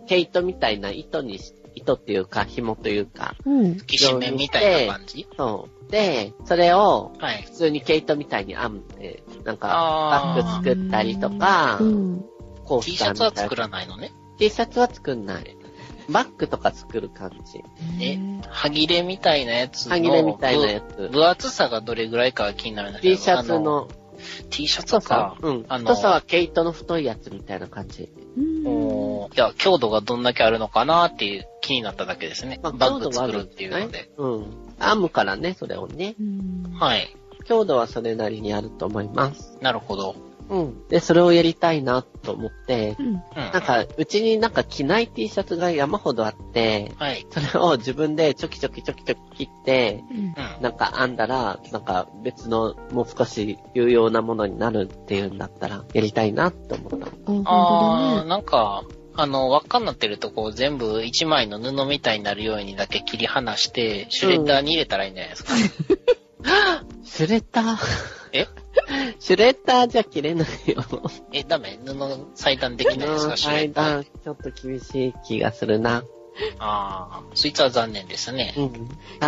[SPEAKER 3] 毛糸みたいな糸にし、糸っていうか、紐というか、
[SPEAKER 1] うん。
[SPEAKER 2] きしめんみたいな感じ
[SPEAKER 3] そう。で、それを、
[SPEAKER 2] はい。
[SPEAKER 3] 普通に毛糸みたいに編んで、なんか、
[SPEAKER 2] あ
[SPEAKER 3] バ
[SPEAKER 2] ー
[SPEAKER 3] ッグ作ったりとか
[SPEAKER 1] う、ん。
[SPEAKER 3] コー
[SPEAKER 2] T
[SPEAKER 3] ス
[SPEAKER 2] シ
[SPEAKER 3] ター
[SPEAKER 2] ャ
[SPEAKER 3] み
[SPEAKER 2] ツ
[SPEAKER 3] たい
[SPEAKER 2] は
[SPEAKER 3] な
[SPEAKER 2] 作らないのね。
[SPEAKER 3] T シャツは作んない。バッグとか作る感じ。
[SPEAKER 2] え、歯切れみたいなやつの。
[SPEAKER 3] ハ切れみたいなや
[SPEAKER 2] ぶ
[SPEAKER 3] つ。
[SPEAKER 2] 分厚さがどれぐらいかが気になるんだけど。
[SPEAKER 3] T シャツ
[SPEAKER 2] あ。
[SPEAKER 3] の
[SPEAKER 2] T シャ
[SPEAKER 3] 太
[SPEAKER 2] ツ
[SPEAKER 3] さ
[SPEAKER 2] か。。
[SPEAKER 3] うん。
[SPEAKER 2] あの
[SPEAKER 3] 太さは毛糸の太いやつみたいな感じ。
[SPEAKER 1] うん。
[SPEAKER 2] おーいや、強度がどんだけあるのかなっていう気になっただけですね。
[SPEAKER 3] ま
[SPEAKER 2] バ
[SPEAKER 3] あ
[SPEAKER 2] ッ
[SPEAKER 3] 強
[SPEAKER 2] グ
[SPEAKER 3] 度はあ
[SPEAKER 2] 作
[SPEAKER 3] る
[SPEAKER 2] るっていうので。
[SPEAKER 3] うん。編むからね、それをね。
[SPEAKER 1] うん。
[SPEAKER 2] はい。
[SPEAKER 3] 強度はそれなりにあると思います。
[SPEAKER 2] なるほど。
[SPEAKER 3] うん。で、それをやりたいなと思って
[SPEAKER 1] う、ん。
[SPEAKER 2] うん。
[SPEAKER 3] なんか、うちになんか着ない T シャツが山ほどあって、
[SPEAKER 2] はい。
[SPEAKER 3] それを自分でちょきちょきちょきちょき切って、
[SPEAKER 1] うん。
[SPEAKER 2] うん。
[SPEAKER 3] なんか編んだら、なんか別のもう少し有用なものになるっていうんだったら、やりたいなって思った。
[SPEAKER 1] あ、
[SPEAKER 2] あ
[SPEAKER 1] 本
[SPEAKER 2] ー、
[SPEAKER 1] 当だね。
[SPEAKER 2] なんか、あの、輪っかになってるとこを全部一枚の布みたいになるようにだけ切り離して、シュレッダーに入れたらいいんじゃないですか。
[SPEAKER 3] シュレッダー
[SPEAKER 2] え
[SPEAKER 3] [laughs] シュレッダーじゃ切れないよ。
[SPEAKER 2] え、ダメ布裁断できないですかシュレ
[SPEAKER 3] 裁
[SPEAKER 2] ッダー。
[SPEAKER 3] 断、ちょっと厳しい気がするな。
[SPEAKER 2] ああ、そいつは残念ですね。
[SPEAKER 3] うん。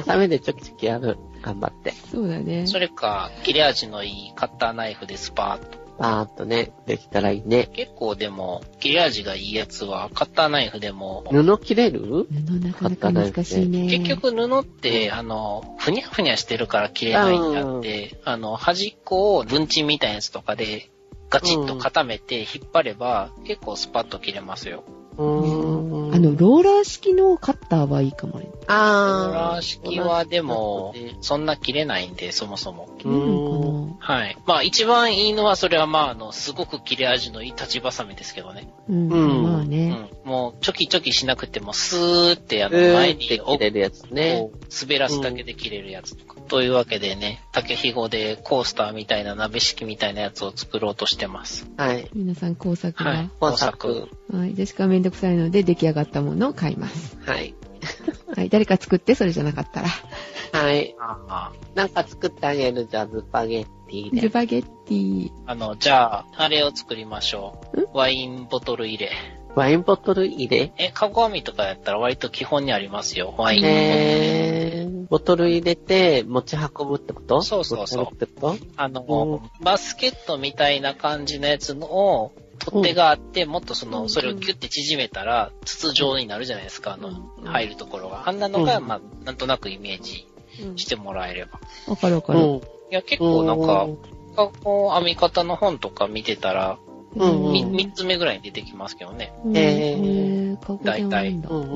[SPEAKER 3] 挟めでちょきちょきやる。頑張って。
[SPEAKER 1] そうだね。
[SPEAKER 2] それか、切れ味のいいカッターナイフでスパーッと。
[SPEAKER 3] バーっとね、できたらいいね。
[SPEAKER 2] 結構でも、切れ味がいいやつは、カッターナイフでも、
[SPEAKER 3] 布切れる
[SPEAKER 1] 布なかなか難しいね。
[SPEAKER 2] 結局布って、あの、ふにゃふにゃしてるから切れないんだって、あの、端っこを文鎮みたいなやつとかで、ガチッと固めて引っ張れば、結構スパッと切れますよ。
[SPEAKER 3] う
[SPEAKER 1] う
[SPEAKER 3] ーん
[SPEAKER 1] ん、あの、、ローラー式のカッターはいいかもね。
[SPEAKER 3] あー。
[SPEAKER 2] ローラー式はでも
[SPEAKER 3] 同じことで
[SPEAKER 2] そんな切れないんで、そもそも。
[SPEAKER 1] 切れるの
[SPEAKER 2] はい。まあ一番いいのは、それはまああの、すごく切れ味のいい立ちばさみですけどね。
[SPEAKER 1] かなうん、
[SPEAKER 3] うん
[SPEAKER 1] まあ
[SPEAKER 2] う
[SPEAKER 1] ね。
[SPEAKER 2] ん。もう、チョキチョキしなくても、スーってあの、
[SPEAKER 3] う
[SPEAKER 2] 前
[SPEAKER 3] ーんって
[SPEAKER 2] に
[SPEAKER 3] 切れるやつね
[SPEAKER 2] こ。う滑らすだけで切れるやつとか。というわけでね、竹ひごでコースターみたいな鍋式みたいなやつを作ろうとしてます。
[SPEAKER 3] はい。
[SPEAKER 1] 皆さん工作が。
[SPEAKER 2] はい。
[SPEAKER 3] 工作。
[SPEAKER 1] はい。ジェシカはめんどくさいので出来上がったものを買います。
[SPEAKER 3] はい。
[SPEAKER 1] はい。誰か作ってそれじゃなかったら。
[SPEAKER 3] はい。
[SPEAKER 2] ああ
[SPEAKER 3] なんか作ってあげるじゃあ、スパゲッティ
[SPEAKER 1] ス
[SPEAKER 3] で。
[SPEAKER 1] パゲッティ。
[SPEAKER 2] あの、じゃあ、あれを作りましょう。ワインボトル入れ。
[SPEAKER 3] ワインボトル入れ
[SPEAKER 2] え、カゴ編みとかやったら割と基本にありますよ。ワインのボトル
[SPEAKER 3] えー、ボトル入れて持ち運ぶってこと
[SPEAKER 2] そうそうそう
[SPEAKER 3] 持ち運ぶってこと
[SPEAKER 2] あの、バスケットみたいな感じのやつのを、取っ手があって、もっとその、それをギュッて縮めたら、筒状になるじゃないですか、あの、入るところが。あんなのが、
[SPEAKER 3] うん
[SPEAKER 2] まあ、なんとなくイメージしてもらえれば。
[SPEAKER 1] わかるわか
[SPEAKER 3] う
[SPEAKER 1] る。
[SPEAKER 3] ん。
[SPEAKER 2] いや、結構なんか、
[SPEAKER 3] う
[SPEAKER 2] 学校編み方の本とか見てたら、
[SPEAKER 3] うん
[SPEAKER 2] み
[SPEAKER 3] う
[SPEAKER 2] 三つ目ぐらいに出てきますけどね。
[SPEAKER 1] うん
[SPEAKER 3] えー
[SPEAKER 1] えー、顔が多いんだ。
[SPEAKER 3] 大体うん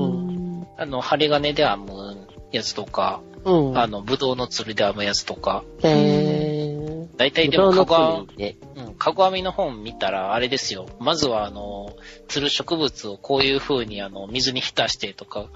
[SPEAKER 1] うん
[SPEAKER 2] あの、針金で編むやつとか、
[SPEAKER 3] うん。
[SPEAKER 2] あの、ぶどうのつるで編むやつとか、
[SPEAKER 3] えー、
[SPEAKER 2] 大体で
[SPEAKER 3] ブド
[SPEAKER 2] も
[SPEAKER 3] ウ
[SPEAKER 2] カ
[SPEAKER 3] の
[SPEAKER 2] ゴ編
[SPEAKER 3] 種類ね。
[SPEAKER 2] み、うん、カゴ編みの本見たら、あれですよ。まずはあの、つる植物をこういう風にあの、水に浸してとか、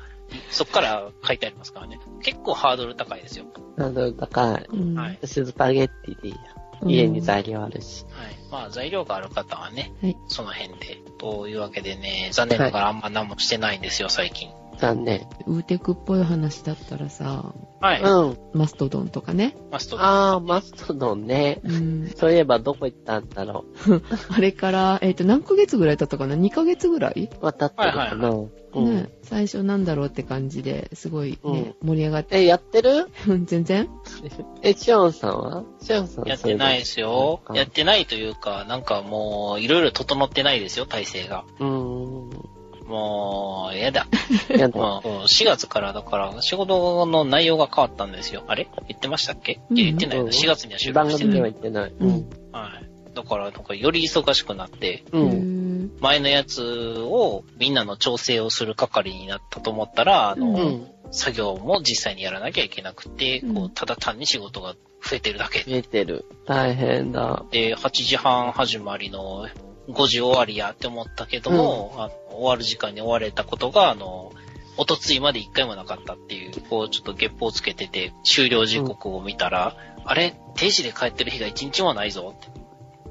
[SPEAKER 2] そっから書いてありますからね。結構ハードル高いですよ。
[SPEAKER 3] ハードル高い。
[SPEAKER 1] うん
[SPEAKER 2] はい
[SPEAKER 3] 私スパゲッティでいいや。家に材料あるし。
[SPEAKER 2] はい。まあ、材料がある方はね、
[SPEAKER 1] はい
[SPEAKER 2] その辺で。というわけでね、残念ながらあんま何もしてないんですよ、最近。
[SPEAKER 3] 残念。
[SPEAKER 1] ウーテクっぽい話だったらさ、
[SPEAKER 2] はい。
[SPEAKER 3] うん。
[SPEAKER 1] マストドンとかね。
[SPEAKER 2] マスト
[SPEAKER 3] あー、マストドンね。
[SPEAKER 1] うん、
[SPEAKER 3] そういえばどこ行ったんだろ
[SPEAKER 1] あれから、えっ、と、何ヶ月ぐらい経ったかな ?2 ヶ月ぐらい、
[SPEAKER 3] う。渡ってるかな。うん
[SPEAKER 1] ね。最初なんだろうって感じですごいね、盛り上がって、 [laughs]
[SPEAKER 3] え、やってる
[SPEAKER 1] 全然
[SPEAKER 3] え、シオンさんはシオンさん
[SPEAKER 2] やってない
[SPEAKER 3] し。
[SPEAKER 2] ですよ
[SPEAKER 3] う。ん
[SPEAKER 2] やってないというか、なんかもう、いろいろ整ってないですよ、体制が。
[SPEAKER 3] うーん。
[SPEAKER 2] もう、やだ。 [laughs]
[SPEAKER 3] やだ。
[SPEAKER 2] もう4月からだから、仕事の内容が変わったんですよ。あれ言ってましたっけ、
[SPEAKER 1] うん
[SPEAKER 2] いや言ってない
[SPEAKER 3] うん
[SPEAKER 2] な。4月には収
[SPEAKER 3] 番
[SPEAKER 2] 録して
[SPEAKER 3] 組
[SPEAKER 2] な
[SPEAKER 3] に
[SPEAKER 2] い。
[SPEAKER 3] は行ってない。
[SPEAKER 1] う
[SPEAKER 3] うんん。
[SPEAKER 2] はい。だから、なんか、より忙しくなって、
[SPEAKER 3] う。
[SPEAKER 1] うんん。
[SPEAKER 2] 前のやつを、みんなの調整をする係になったと思ったら、あの、
[SPEAKER 1] う
[SPEAKER 3] うん。
[SPEAKER 2] 作業も実際にやらなきゃいけなくて、
[SPEAKER 1] うん
[SPEAKER 2] こう、ただ単に仕事が増えてるだけ
[SPEAKER 3] 見えてる。大変だ。
[SPEAKER 2] で、8時半始まりの5時終わりやって思ったけども、あの終わる時間に終われたことが、あの、おとついまで一回もなかったっていう、こう、ちょっとゲップをつけてて、終了時刻を見たら、あれ定時で帰ってる日が一日もないぞって。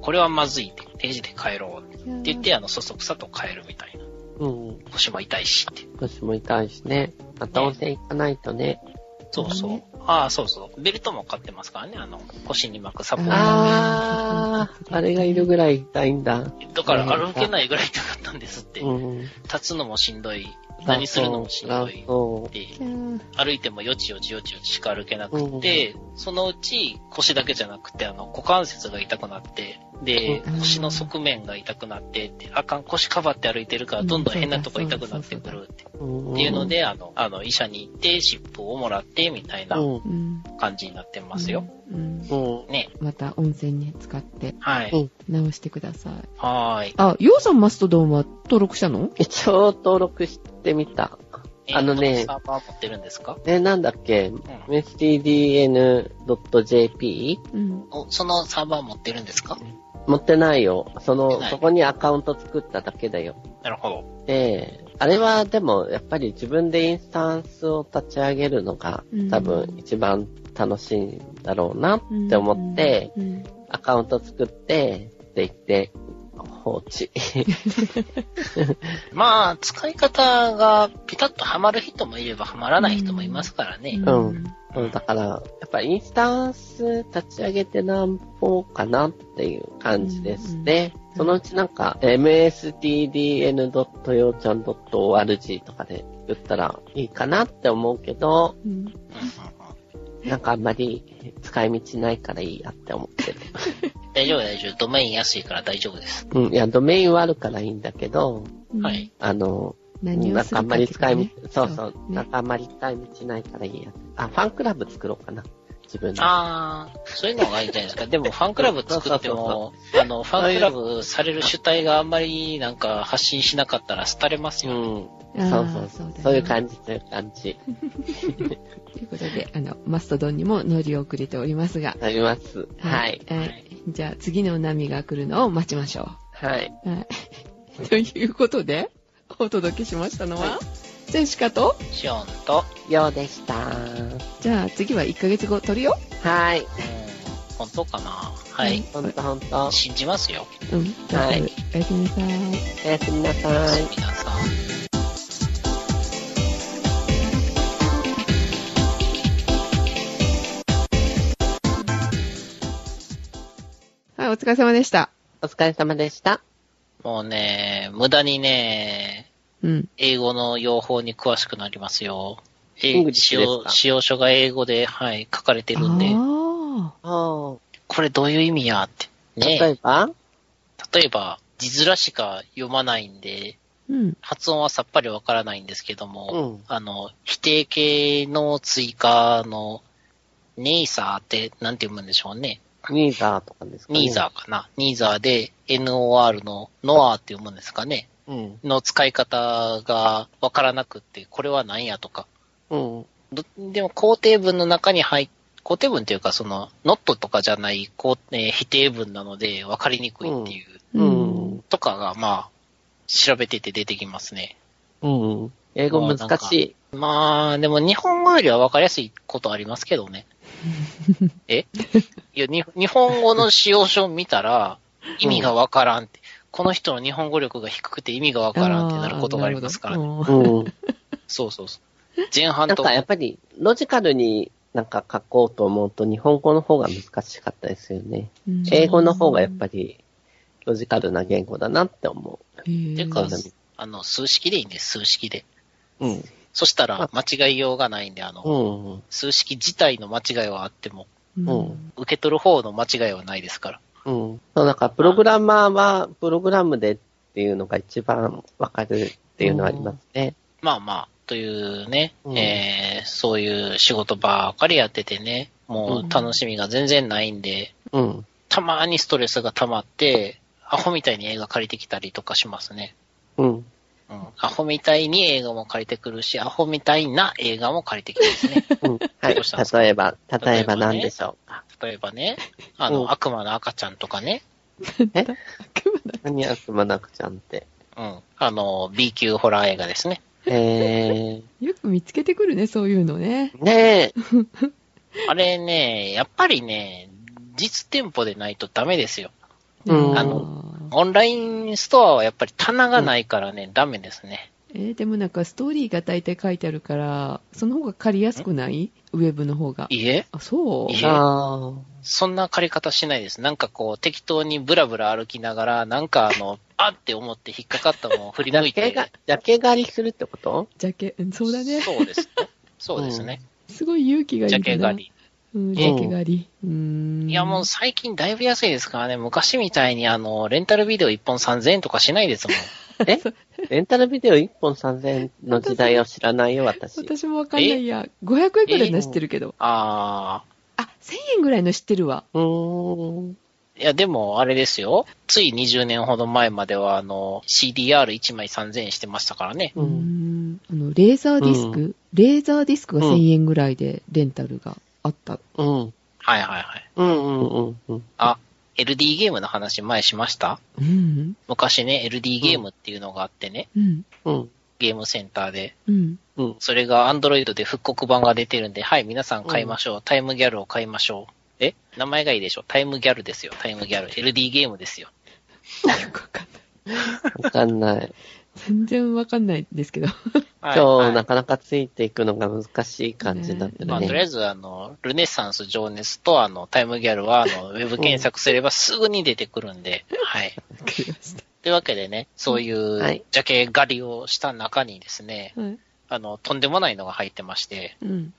[SPEAKER 2] これはまずいって。定時で帰ろうって言って、あの、そそくさと帰るみたいな。
[SPEAKER 3] うん。
[SPEAKER 2] 腰も痛いしって。
[SPEAKER 3] 腰も痛いしね。また温泉行かないとね。
[SPEAKER 2] そうそ
[SPEAKER 1] ね
[SPEAKER 2] う。ああ、そうそう。ベルトも買ってますからね、あの、腰に巻くサポー
[SPEAKER 1] ん
[SPEAKER 2] ト。
[SPEAKER 3] あー、あれがいるぐらい痛いんだ。
[SPEAKER 2] だから歩けないぐらい痛かったんですって。
[SPEAKER 3] うん。
[SPEAKER 2] 立つのもしんどい。何するのもしんどい。
[SPEAKER 3] そ
[SPEAKER 2] で
[SPEAKER 1] いやー
[SPEAKER 2] 歩いてもよちよちよちよちしか歩けなくて、そのうち腰だけじゃなくて、あの、股関節が痛くなって、で
[SPEAKER 1] うん、
[SPEAKER 2] 腰の側面が痛くなって、であかん、腰かばって歩いてるから、どんどん変なとこ痛くなってくるって。
[SPEAKER 3] う。うん
[SPEAKER 2] っていうの、で、あの、あの、医者に行って、湿布をもらって、みたいな
[SPEAKER 3] うん。
[SPEAKER 1] うん。
[SPEAKER 2] 感じになってますよ。
[SPEAKER 1] うん。
[SPEAKER 3] うん。
[SPEAKER 2] ね。
[SPEAKER 1] また温泉に使って
[SPEAKER 2] は
[SPEAKER 3] う
[SPEAKER 2] い
[SPEAKER 3] ん。
[SPEAKER 1] 直してください。
[SPEAKER 2] はーい。
[SPEAKER 1] あ、ヨウさんマストドンは登録したの
[SPEAKER 3] 一応登録してみた。あのね
[SPEAKER 2] えーとサーバー持ってるんですか
[SPEAKER 3] え、なんだっけ
[SPEAKER 2] うん。
[SPEAKER 3] ?stdn.jp?
[SPEAKER 1] うん。
[SPEAKER 2] おそのサーバー持ってるんですか
[SPEAKER 3] 持ってないよ。そ
[SPEAKER 2] 持って
[SPEAKER 3] の、
[SPEAKER 2] ない
[SPEAKER 3] そこにアカウント作っただけだよ。
[SPEAKER 2] なるほど。
[SPEAKER 3] で、あれはでも、やっぱり自分でインスタンスを立ち上げるのが
[SPEAKER 1] うん、
[SPEAKER 3] 多分一番楽しいんだろうなって思って、
[SPEAKER 1] うん、
[SPEAKER 3] アカウント作って、って言って、放置。
[SPEAKER 2] まあ、使い方がピタッとハマる人もいればハマらない人もいますからね。
[SPEAKER 3] うんうんだから、やっぱインスタンス立ち上げてなんぼかなっていう感じですね。
[SPEAKER 1] うん
[SPEAKER 3] そのうちなんか、mstdn.yochan.org とかで打ったらいいかなって思うけど、
[SPEAKER 1] うん
[SPEAKER 2] うんうんうん
[SPEAKER 3] なんかあんまり使い道ないからいいやって思ってる。
[SPEAKER 2] 大丈夫大丈夫。ドメイン安いから大丈夫です。
[SPEAKER 3] うん、いや、ドメインはあるからいいんだけど、
[SPEAKER 1] うん
[SPEAKER 2] はい。
[SPEAKER 3] あの、
[SPEAKER 1] 何を
[SPEAKER 3] なん
[SPEAKER 1] す
[SPEAKER 3] かあ
[SPEAKER 1] るかって
[SPEAKER 3] んまり
[SPEAKER 1] と
[SPEAKER 3] 使
[SPEAKER 1] か
[SPEAKER 3] い
[SPEAKER 1] ね、
[SPEAKER 3] 道、そうそう、
[SPEAKER 1] ね
[SPEAKER 3] なんかあんまり使い道ないからいいやつ。あ、ファンクラブ作ろうかな。自分の。
[SPEAKER 2] あー、そういうのがいいんじゃないですか。でもファンクラブ作っても、あの、ファンクラブされる主体があんまりなんか発信しなかったら廃れます
[SPEAKER 3] う
[SPEAKER 2] よ。
[SPEAKER 3] ん。
[SPEAKER 1] あー
[SPEAKER 3] そうそうそう。
[SPEAKER 1] だね
[SPEAKER 3] そういう感じ、そういう感じ。
[SPEAKER 1] ということで、あの、マストドンにもノリを送れておりますが、
[SPEAKER 3] あります。はい。
[SPEAKER 1] はい。じゃあ、次の波が来るのを待ちましょ
[SPEAKER 3] はい。
[SPEAKER 1] う。はい。ということで、お届けしましたのは、ジェシカと、
[SPEAKER 2] シオンと、
[SPEAKER 3] ようでした。
[SPEAKER 1] じゃあ次は1ヶ月後撮るよ。
[SPEAKER 3] はい。
[SPEAKER 2] うん、本当かなはい。
[SPEAKER 3] ほんとほんと。
[SPEAKER 2] 信じますよ。
[SPEAKER 1] うん。
[SPEAKER 3] はい
[SPEAKER 1] 大丈夫おやすみなさい。
[SPEAKER 3] お
[SPEAKER 2] 皆
[SPEAKER 3] やすみなさい。
[SPEAKER 2] さん。
[SPEAKER 1] はい、お疲れ様でした。
[SPEAKER 3] お疲れ様でした。
[SPEAKER 2] もうね、無駄にね、
[SPEAKER 1] うん。
[SPEAKER 2] 英語の用法に詳しくなりますよ。
[SPEAKER 3] イ
[SPEAKER 2] 英
[SPEAKER 3] ングリッ
[SPEAKER 2] 使
[SPEAKER 3] シュですか
[SPEAKER 2] 用使用書が英語で、はい、書かれてるんで、
[SPEAKER 1] あ
[SPEAKER 3] おー
[SPEAKER 2] これどういう意味やって。ね
[SPEAKER 3] 例えば、
[SPEAKER 2] 例えば、字面しか読まないんで、
[SPEAKER 1] ーうん。
[SPEAKER 2] 発音はさっぱりわからないんですけども、
[SPEAKER 3] うん
[SPEAKER 2] あの、否定形の追加の、ネイサーってなんて読むんでしょうね。
[SPEAKER 3] ニーザーとかですかね。
[SPEAKER 2] ニーザーかな。ニーザーで NOR のノアーって読むんですかね。
[SPEAKER 3] ー。
[SPEAKER 2] の使い方がわからなくって、これは何やとか。
[SPEAKER 3] うん。うん。
[SPEAKER 2] どでも肯定文の中に入っ肯定文というか、その、ノットとかじゃない、肯えー否定文なので、分かりにくいっていう、
[SPEAKER 3] うん。
[SPEAKER 2] とかが、まあ、調べてて出てきますね。
[SPEAKER 3] うん。英語難しい。
[SPEAKER 2] まあ、でも日本語よりは分かりやすいことありますけどね。えいやに、日本語の使用書を見たら、意味が分からんって。この人の日本語力が低くて意味が分からんってなることがありますからね。
[SPEAKER 1] ね
[SPEAKER 3] うん。
[SPEAKER 2] そうそうそう。前半
[SPEAKER 3] [laughs] なん
[SPEAKER 2] と
[SPEAKER 3] かやっぱり、ロジカルになんか書こうと思うと、日本語の方が難しかったですよね。英語の方がやっぱり、ロジカルな言語だなって思
[SPEAKER 1] り
[SPEAKER 2] ていう
[SPEAKER 3] そ
[SPEAKER 2] か
[SPEAKER 3] うだね、
[SPEAKER 2] あの、数式でいいんです、数式で。
[SPEAKER 3] う。うん。
[SPEAKER 2] そしたら、間違いようがないんで、あの、
[SPEAKER 3] うん。
[SPEAKER 2] 数式自体の間違いはあっても、
[SPEAKER 1] うん
[SPEAKER 3] うん
[SPEAKER 2] 受け取る方の間違いはないですから。
[SPEAKER 3] うん。そう、なんか、プログラマーは、プログラムでっていうのが一番わかるっていうのはありますね。
[SPEAKER 2] まあまあ、というね、
[SPEAKER 3] うん
[SPEAKER 2] えーそういう仕事ばっかりやっててね、も
[SPEAKER 1] うん
[SPEAKER 2] う楽しみが全然ないんで、
[SPEAKER 3] うん。
[SPEAKER 2] たまにストレスが溜まって、アホみたいに映画借りてきたりとかしますね。
[SPEAKER 3] うん。
[SPEAKER 2] うん。アホみたいに映画も借りてくるし、アホみたいな映画も借りてきます
[SPEAKER 3] [laughs]
[SPEAKER 2] ね。
[SPEAKER 3] うん。はい。
[SPEAKER 2] どうしたんですか
[SPEAKER 3] 例えば、例えば
[SPEAKER 2] 例えばね
[SPEAKER 3] 何でしょうか。
[SPEAKER 2] 例えばね、あ
[SPEAKER 3] うん
[SPEAKER 2] の、悪魔の赤ちゃんとかね、
[SPEAKER 3] え何悪魔なくちゃんって。
[SPEAKER 2] うん。あの、B 級ホラー映画ですね。
[SPEAKER 3] え
[SPEAKER 1] よく見つけてくるね、そういうのね。
[SPEAKER 3] ー、ねえ、
[SPEAKER 2] あれね、やっぱりね、実店舗でないとダメですよ。
[SPEAKER 3] うん
[SPEAKER 2] あ
[SPEAKER 1] の、
[SPEAKER 2] オンラインストアはやっぱり棚がないからね、ダメですね。
[SPEAKER 1] えーでもなんかストーリーが大体書いてあるから、その方が借りやすくないウェブの方が。
[SPEAKER 2] いいえ、
[SPEAKER 1] あ、そう
[SPEAKER 2] いえ
[SPEAKER 3] あー
[SPEAKER 2] そんな借り方しないです。なんかこう、適当にブラブラ歩きながら、なんかあの、 [laughs] あって思って引っかかった
[SPEAKER 1] [laughs]
[SPEAKER 2] もんを振り
[SPEAKER 3] ジ
[SPEAKER 2] 向い
[SPEAKER 3] ャケ
[SPEAKER 2] て。
[SPEAKER 3] が、ジャケ狩りするってこと
[SPEAKER 1] ジャケ、うんそうだね。
[SPEAKER 2] そうですね。そうですね。
[SPEAKER 1] すごい勇気がい
[SPEAKER 2] ジ
[SPEAKER 1] る
[SPEAKER 2] ャケ狩
[SPEAKER 1] り。
[SPEAKER 2] り。
[SPEAKER 1] うん、ジャケ狩り。うーん。
[SPEAKER 2] いやもう最近だいぶ安いですからね、昔みたいにあの、レンタルビデオ1本3000円とかしないですもん。
[SPEAKER 3] えレンタルビデオ1本3000円の時代を知らないよ、私。
[SPEAKER 1] 私もわかんないや。500円くらいの知ってるけど。
[SPEAKER 2] あ
[SPEAKER 1] あ、1000円ぐらいの知ってるわ。
[SPEAKER 3] うーん。
[SPEAKER 2] ー。いやでも、あれですよ。つい20年ほど前までは、あの、CDR1 枚3000円してましたからね。
[SPEAKER 1] う
[SPEAKER 3] うん
[SPEAKER 1] ーんあの、レーザーディスク、レーザーディスクが
[SPEAKER 3] うん
[SPEAKER 1] 1000円ぐらいでレンタルがあった。
[SPEAKER 3] うん。
[SPEAKER 2] はいはいはい。
[SPEAKER 3] うんうんうんうん。
[SPEAKER 2] あ、LD ゲームの話前しました
[SPEAKER 1] うん。
[SPEAKER 2] 昔ね、LD ゲームっていうのがあってね、
[SPEAKER 1] うん。
[SPEAKER 3] うん。
[SPEAKER 2] ゲームセンターで。
[SPEAKER 1] うん。
[SPEAKER 3] うん。
[SPEAKER 2] それが Android で復刻版が出てるんで、はい、皆さん買いましょう。タイムギャルを買いましょう。え名前がいいでしょタイムギャルですよ。タイムギャル。LD ゲームですよ。
[SPEAKER 1] よくわかんない。
[SPEAKER 3] わかんない。
[SPEAKER 1] 全然わかんないですけ
[SPEAKER 2] [laughs]
[SPEAKER 1] ど。
[SPEAKER 2] はい
[SPEAKER 3] 今日、
[SPEAKER 2] は
[SPEAKER 3] ないかなかついていくのが難しい感じになって
[SPEAKER 2] ま
[SPEAKER 3] る
[SPEAKER 2] あ、とりあ
[SPEAKER 3] ね。
[SPEAKER 2] えず、あの、ルネッサンス情熱と、あの、タイムギャルは、あの、ウェブ検索すればすぐに出てくるんで、はい。
[SPEAKER 1] わかりました。
[SPEAKER 2] というわけでね、そうい
[SPEAKER 3] は
[SPEAKER 2] う
[SPEAKER 3] い、
[SPEAKER 2] ジャケ狩りをした中にですね、
[SPEAKER 1] はい。
[SPEAKER 2] あの、とんでもないのが入ってまして、
[SPEAKER 1] うん。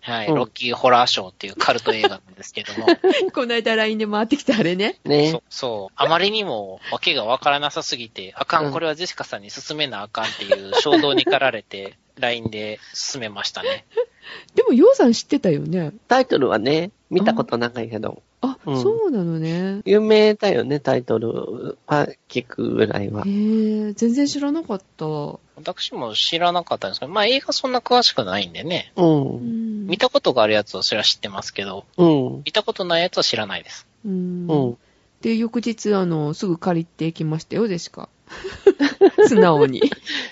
[SPEAKER 2] はい、
[SPEAKER 3] うん
[SPEAKER 2] ロッキーホラーショーっていうカルト映画なんですけど
[SPEAKER 3] [laughs]
[SPEAKER 2] も、
[SPEAKER 1] [laughs] この間 LINE で回ってきたあれね。
[SPEAKER 3] ね
[SPEAKER 2] そう、そう、あまりにも訳がわからなさすぎて、あか
[SPEAKER 3] うん
[SPEAKER 2] ん、これはジェシカさんに勧めなあかんっていう衝動に駆られて、LINE [laughs] で勧めましたね。
[SPEAKER 1] でも、ようさん知ってたよね。
[SPEAKER 3] タイトルはね、見たことないけど、
[SPEAKER 1] あ、
[SPEAKER 3] うん
[SPEAKER 1] そうなのね。
[SPEAKER 3] 有名だよね、タイトルは聞くぐらいは
[SPEAKER 1] へ。え、全然知らなかった。う
[SPEAKER 2] 私も知らなかったんですけど、まあ映画そんな詳しくないんでね、
[SPEAKER 3] うん。
[SPEAKER 1] ん。
[SPEAKER 2] 見たことがあるやつはそれは知ってますけど、
[SPEAKER 3] うん。
[SPEAKER 2] 見たことないやつは知らないです。
[SPEAKER 1] うん。
[SPEAKER 3] うん。
[SPEAKER 1] で、翌日、あの、すぐ借りてきましたよ、でしか。 [laughs] 素直に。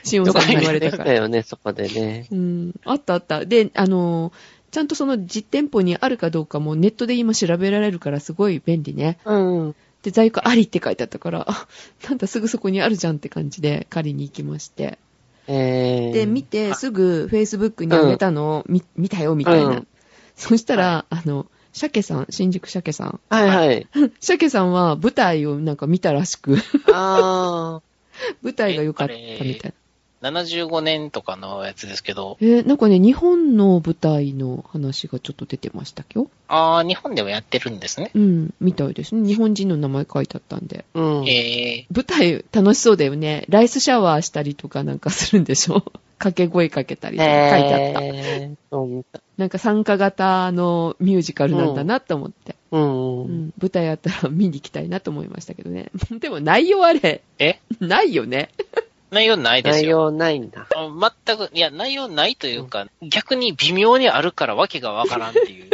[SPEAKER 1] しおんさんに言われたか
[SPEAKER 3] だ
[SPEAKER 1] ら。
[SPEAKER 3] よね、そこでね。
[SPEAKER 1] うん。あったあった。で、あの、ちゃんとその実店舗にあるかどうかもネットで今調べられるからすごい便利ね。
[SPEAKER 3] うん。
[SPEAKER 1] で、在庫ありって書いてあったから、あなんだすぐそこにあるじゃんって感じで借りに行きまして。
[SPEAKER 3] えー、
[SPEAKER 1] で、見てすぐ Facebook に上げたのを見,、見たよみたいな。
[SPEAKER 3] うん
[SPEAKER 1] そしたら、あの、鮭さん、新宿鮭さん。
[SPEAKER 3] は
[SPEAKER 1] [laughs]
[SPEAKER 3] いはい。
[SPEAKER 1] 鮭さんは舞台をなんか見たらし
[SPEAKER 3] [laughs]
[SPEAKER 1] く、
[SPEAKER 3] あ
[SPEAKER 1] 舞台が良かったみたいな。
[SPEAKER 2] 75年とかのやつですけど、
[SPEAKER 1] えーなんかね、日本の舞台の話がちょっと出てましたけど。
[SPEAKER 2] ああ、日本ではやってるんですね。
[SPEAKER 1] うん、みたいですね。日本人の名前書いてあったんで。
[SPEAKER 3] ー。うん。
[SPEAKER 2] え
[SPEAKER 1] 舞台楽しそうだよね。ライスシャワーしたりとかなんかするんでしょ [laughs] 掛け声かけたりとか書いてあった。
[SPEAKER 3] えーそう見た
[SPEAKER 1] なんか参加型のミュージカルなんだなと思って。
[SPEAKER 3] うん
[SPEAKER 1] う、
[SPEAKER 3] うんん。
[SPEAKER 1] 舞台あったら見に行きたいなと思いましたけどね。 [laughs] でも内容あれ、
[SPEAKER 2] ー、え
[SPEAKER 1] ないよね。
[SPEAKER 2] 内容ないです
[SPEAKER 3] 内
[SPEAKER 2] よ。
[SPEAKER 3] 容ないんだ。
[SPEAKER 2] あ全く、いや、内容ないというか、逆に微妙にあるからわけがわからんっていう。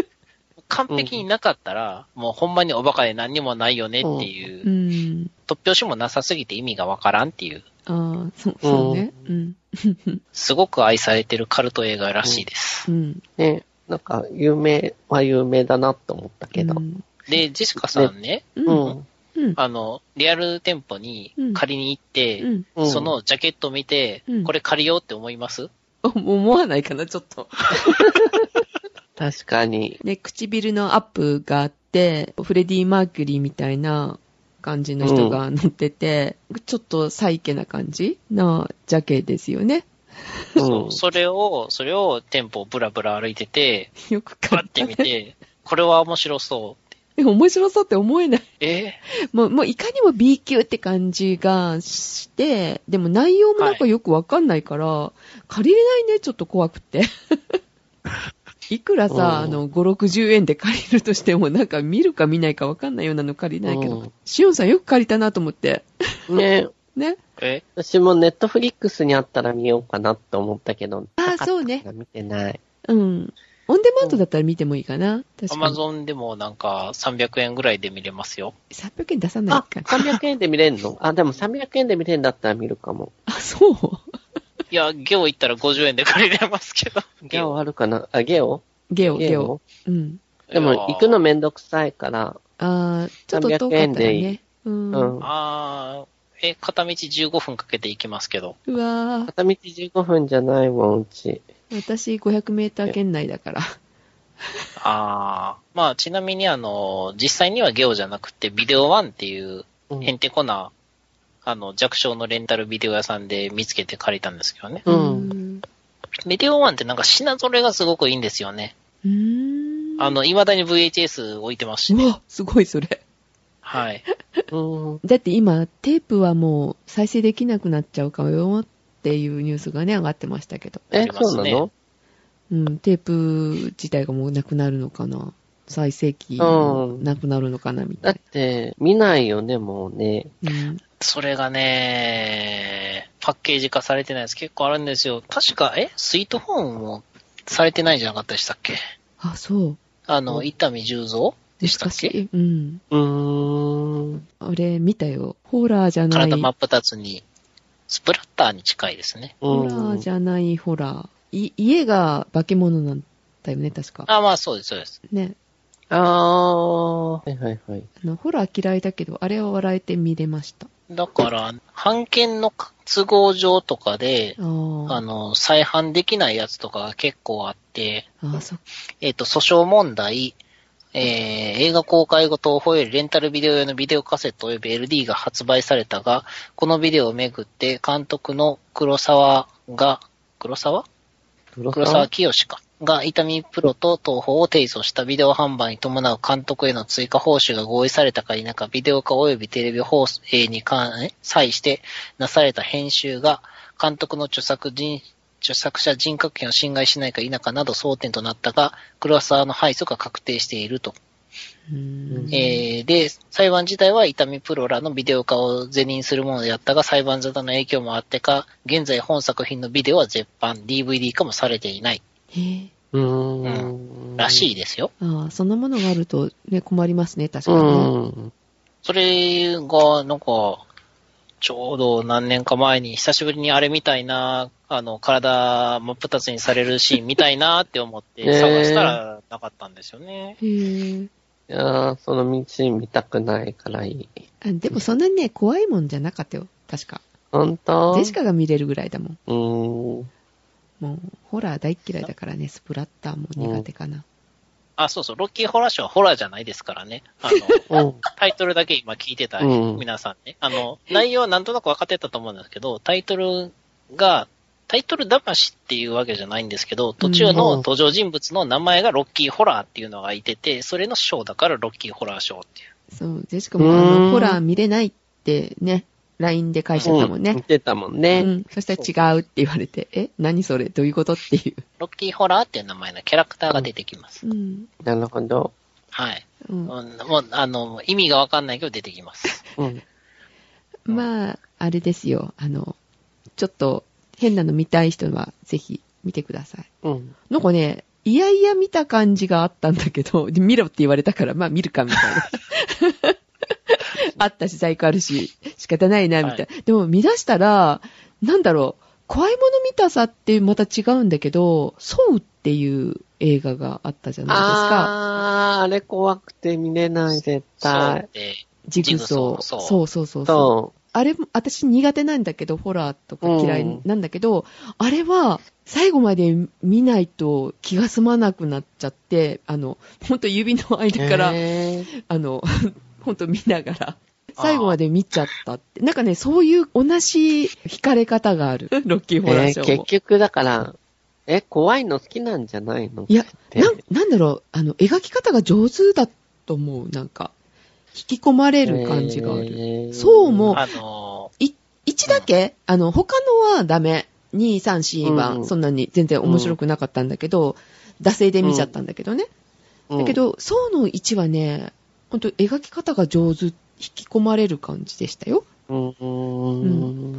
[SPEAKER 2] 完璧になかったら、もうほんまにおバカで何にもないよねっていう、
[SPEAKER 1] うん。
[SPEAKER 2] 突拍子もなさすぎて意味がわからんっていう、
[SPEAKER 1] ああ、そうそうね。うん。
[SPEAKER 2] すごく愛されてるカルト映画らしいです。
[SPEAKER 1] うん。
[SPEAKER 3] ね。なんか、有名は有名だなと思ったけど
[SPEAKER 1] う。ん。
[SPEAKER 2] で、ジェシカさんね、
[SPEAKER 1] う。
[SPEAKER 3] うんん。
[SPEAKER 1] うん。
[SPEAKER 2] あの、リアル店舗に借りに行って、
[SPEAKER 1] うん。
[SPEAKER 3] うん
[SPEAKER 2] そ、のジャケット見て、
[SPEAKER 1] うん
[SPEAKER 2] これ借りようって思います
[SPEAKER 1] 思わないかな、ちょっと。
[SPEAKER 3] 確かに。
[SPEAKER 1] ね、唇のアップがあって、フレディ・マーキュリーみたいな感じの人が乗ってて、ちょっとサイケな感じなジャケですよね。
[SPEAKER 3] うん。
[SPEAKER 2] それを、それを店舗をブラブラ歩いてて、
[SPEAKER 1] よく
[SPEAKER 2] パ
[SPEAKER 1] 買っ
[SPEAKER 2] ッ
[SPEAKER 1] た
[SPEAKER 2] て
[SPEAKER 1] ね
[SPEAKER 2] 見て、これは面白そ
[SPEAKER 1] え [laughs] 面白そうって思えない。
[SPEAKER 2] う。え
[SPEAKER 1] もう、もういかにも B 級って感じがして、でも内容もなんかよくわかんないから、借りれないね、ちょっと怖くて。いくらさ、あ
[SPEAKER 3] うん
[SPEAKER 1] の、5、60円で借りるとしても、なんか見るか見ないかわかんないようなの借りないけ
[SPEAKER 3] う
[SPEAKER 1] ど
[SPEAKER 3] ん、
[SPEAKER 1] しおんさんよく借りたなと思って。
[SPEAKER 3] ね。
[SPEAKER 1] ね。
[SPEAKER 2] え
[SPEAKER 3] 私もネットフリックスにあったら見ようかなって思ったけど。
[SPEAKER 1] あー
[SPEAKER 3] なかったから
[SPEAKER 1] そうね
[SPEAKER 3] 見てない。
[SPEAKER 1] うん。オンデマンドだったら見てもいいかな。確か
[SPEAKER 2] ア
[SPEAKER 1] に。
[SPEAKER 2] マゾンでもなんか300円ぐらいで見れますよ。
[SPEAKER 1] 300円出さない
[SPEAKER 3] あ、
[SPEAKER 1] か。
[SPEAKER 3] 300円で見れんのあ、でも300円で見れんだったら見るかも。
[SPEAKER 1] あ、そう。
[SPEAKER 2] いや、ゲオ行ったら50円で借りれますけど。
[SPEAKER 3] ゲオあるかなあ、ゲオ
[SPEAKER 1] ゲオ、ゲオ。うん。
[SPEAKER 2] ゲオ
[SPEAKER 3] でも行くのめんどくさいから。
[SPEAKER 1] あーちょっと遠かったら
[SPEAKER 3] 300円でい
[SPEAKER 1] ね。うん。
[SPEAKER 3] うん。
[SPEAKER 1] う
[SPEAKER 2] あー、え、片道15分かけて行きますけど。
[SPEAKER 1] わ
[SPEAKER 3] 片道15分じゃないもん、うち。
[SPEAKER 1] ー私500メーター圏内だから。
[SPEAKER 2] あー、まあちなみにあの、実際にはゲオじゃなくて、ビデオワンっていう
[SPEAKER 3] う
[SPEAKER 2] へん
[SPEAKER 3] ん。
[SPEAKER 2] てこな、あの、弱小のレンタルビデオ屋さんで見つけて借りたんですけどね。
[SPEAKER 3] うん
[SPEAKER 1] ん。
[SPEAKER 2] ビデオワンってなんか品揃えがすごくいいんですよね。
[SPEAKER 1] うーん。
[SPEAKER 2] あの、未だに VHS 置いてますし
[SPEAKER 1] う
[SPEAKER 2] ね。
[SPEAKER 1] わ、すごいそれ。
[SPEAKER 2] はい。
[SPEAKER 3] うん
[SPEAKER 1] だって今、テープはもう再生できなくなっちゃうかよっていうニュースがね、上がってましたけど。
[SPEAKER 2] あ
[SPEAKER 3] え、
[SPEAKER 2] りま
[SPEAKER 3] そう
[SPEAKER 2] す
[SPEAKER 3] な
[SPEAKER 2] ね
[SPEAKER 3] の
[SPEAKER 1] うん、テープ自体がもうなくなるのかな。再生機もなくなるのかな、みた
[SPEAKER 3] だ
[SPEAKER 1] い
[SPEAKER 3] っ
[SPEAKER 1] な。
[SPEAKER 3] て、見ないよね、もうね。
[SPEAKER 1] うん
[SPEAKER 2] それがね、パッケージ化されてないやつ結構あるんですよ。確か、えスイートホームもされてないんじゃなかったでしたっけ
[SPEAKER 1] あ、そう。
[SPEAKER 2] あの、伊丹十三でしたっけ
[SPEAKER 1] しい。うん。
[SPEAKER 3] うーん。
[SPEAKER 1] あれ、見たよ。ホラーじゃない。
[SPEAKER 2] 体真っ二つに、スプラッターに近いですね。
[SPEAKER 1] ホラーじゃないホラー。い、家が化け物なんだよね、確か。
[SPEAKER 2] あ、まあそうです、そうです。
[SPEAKER 1] ね。
[SPEAKER 3] ああ。はいはいはい。
[SPEAKER 1] あの、ホラー嫌いだけど、あれは笑えて見れました。
[SPEAKER 2] だから、版権の都合上とかで、
[SPEAKER 1] あ
[SPEAKER 2] あ
[SPEAKER 1] ー
[SPEAKER 2] の、再販できないやつとかが結構あって、
[SPEAKER 1] あー、そっか。
[SPEAKER 2] えっ、と、訴訟問題、えー映画公開後東宝よりレンタルビデオ用のビデオカセット及び LD が発売されたが、このビデオをめぐって監督の黒沢が、黒沢
[SPEAKER 3] 黒
[SPEAKER 2] 黒沢清か。が伊丹プロと東宝を提訴したビデオ販売に伴う監督への追加報酬が合意されたか否か、ビデオ化及びテレビ放映に関え際してなされた編集が、監督の著作人、著作者人格権を侵害しないか否かなど争点となったが、黒沢の敗訴が確定していると。
[SPEAKER 1] うん
[SPEAKER 2] えーで、裁判自体は伊丹プロらのビデオ化を是認するものであったが、裁判沙汰の影響もあってか、現在本作品のビデオは絶版、DVD 化もされていない
[SPEAKER 1] へえ
[SPEAKER 3] う
[SPEAKER 2] ーらしいですよ。
[SPEAKER 1] ああ、そんなものがあるとね、困りますね、確か
[SPEAKER 3] う
[SPEAKER 1] にね。
[SPEAKER 3] ん。
[SPEAKER 2] それが、なんか、ちょうど何年か前に久しぶりにあれみたいな、あの、体真っ二つにされるシーンみたいなって思っ
[SPEAKER 3] えー
[SPEAKER 2] て探したらなかったんですよね。
[SPEAKER 1] へえ
[SPEAKER 3] いやー、その道見たくないからいい。
[SPEAKER 1] あでもそんなにね、怖いもんじゃなかったよ、確か。
[SPEAKER 3] 本当
[SPEAKER 1] ジェシカが見れるぐらいだもん。
[SPEAKER 3] うーん。
[SPEAKER 1] もう、ホラー大っ嫌いだからね、スプラッターも苦手かな。
[SPEAKER 2] あ、そうそう、ロッキーホラーショーはホラーじゃないですからね。あの、
[SPEAKER 3] うん。
[SPEAKER 2] タイトルだけ今聞いてた
[SPEAKER 3] うん
[SPEAKER 2] 皆さんね。あの、内容はなんとなく分かってたと思うんですけど、タイトルが、タイトル魂っていうわけじゃないんですけど、途中の登場人物の名前がロッキーホラーっていうのがいてて、それのショーだからロッキーホラーショーっていう。
[SPEAKER 1] そう、ジェシカもあの
[SPEAKER 3] うーん
[SPEAKER 1] ホラー見れないってね、LINE で返してたもん
[SPEAKER 3] 言
[SPEAKER 1] ね
[SPEAKER 3] っ。てたもん
[SPEAKER 1] う
[SPEAKER 3] ね。
[SPEAKER 1] ん、そしたら違うって言われて、え、何それどういうことっていう。
[SPEAKER 2] ロッキーホラーっていう名前のキャラクターが出てきます。
[SPEAKER 1] うん。
[SPEAKER 3] なるほど。
[SPEAKER 2] はい。
[SPEAKER 1] うん、
[SPEAKER 2] うんもう、あの、意味がわかんないけど出てきます。
[SPEAKER 3] うん。
[SPEAKER 1] まあ、あれですよ。あの、ちょっと変なの見たい人はぜひ見てください。
[SPEAKER 3] うん。
[SPEAKER 1] なんかね、いやいや見た感じがあったんだけど、で [laughs] 見ろって言われたから、まあ見るかみたい
[SPEAKER 2] [laughs]
[SPEAKER 1] な。あったし、在庫あるし、仕方ないな、みたいな。でも見出したら、なんだろう、怖いもの見たさってまた違うんだけど、ソウっていう映画があったじゃないですか。
[SPEAKER 3] あー、あれ怖くて見れない、絶
[SPEAKER 2] そう
[SPEAKER 3] 対。
[SPEAKER 2] で、
[SPEAKER 1] ジグソー。
[SPEAKER 2] ジグソーそ
[SPEAKER 1] そう
[SPEAKER 2] う
[SPEAKER 1] そうそうそう。
[SPEAKER 3] そ
[SPEAKER 1] あれも、私苦手なんだけど、ホラーとか嫌いなんだけど、あれは、最後まで見ないと気が済まなくなっちゃって、あの、ほんと指の
[SPEAKER 3] う。
[SPEAKER 1] 間から、
[SPEAKER 3] へー
[SPEAKER 1] あの、ほんと見ながら、
[SPEAKER 2] あー
[SPEAKER 1] 最後まで見ちゃったって。なんかね、そういう同じ惹かれ方がある。 [laughs] ロッキーホラー
[SPEAKER 3] え
[SPEAKER 1] ショ
[SPEAKER 3] ー
[SPEAKER 1] ー
[SPEAKER 3] 結
[SPEAKER 1] も。
[SPEAKER 3] 局だから、え、怖いの好きなんじゃないの
[SPEAKER 1] いや
[SPEAKER 3] て
[SPEAKER 1] なん、なんだろう、あの、描き方が上手だと思う、なんか。引き込まれる感じがある。
[SPEAKER 3] る
[SPEAKER 1] そうも
[SPEAKER 2] あの、
[SPEAKER 1] 1だけ、あの、他のはダメ。2、3、4は、
[SPEAKER 3] うん
[SPEAKER 1] そんなに全然面白くなかったんだけど、惰性で見ちゃったんだけどね。
[SPEAKER 3] う
[SPEAKER 1] だけ、ど、層の1はね、ほんと描き方が上手、引き込まれる感じでしたよ。
[SPEAKER 3] うん。う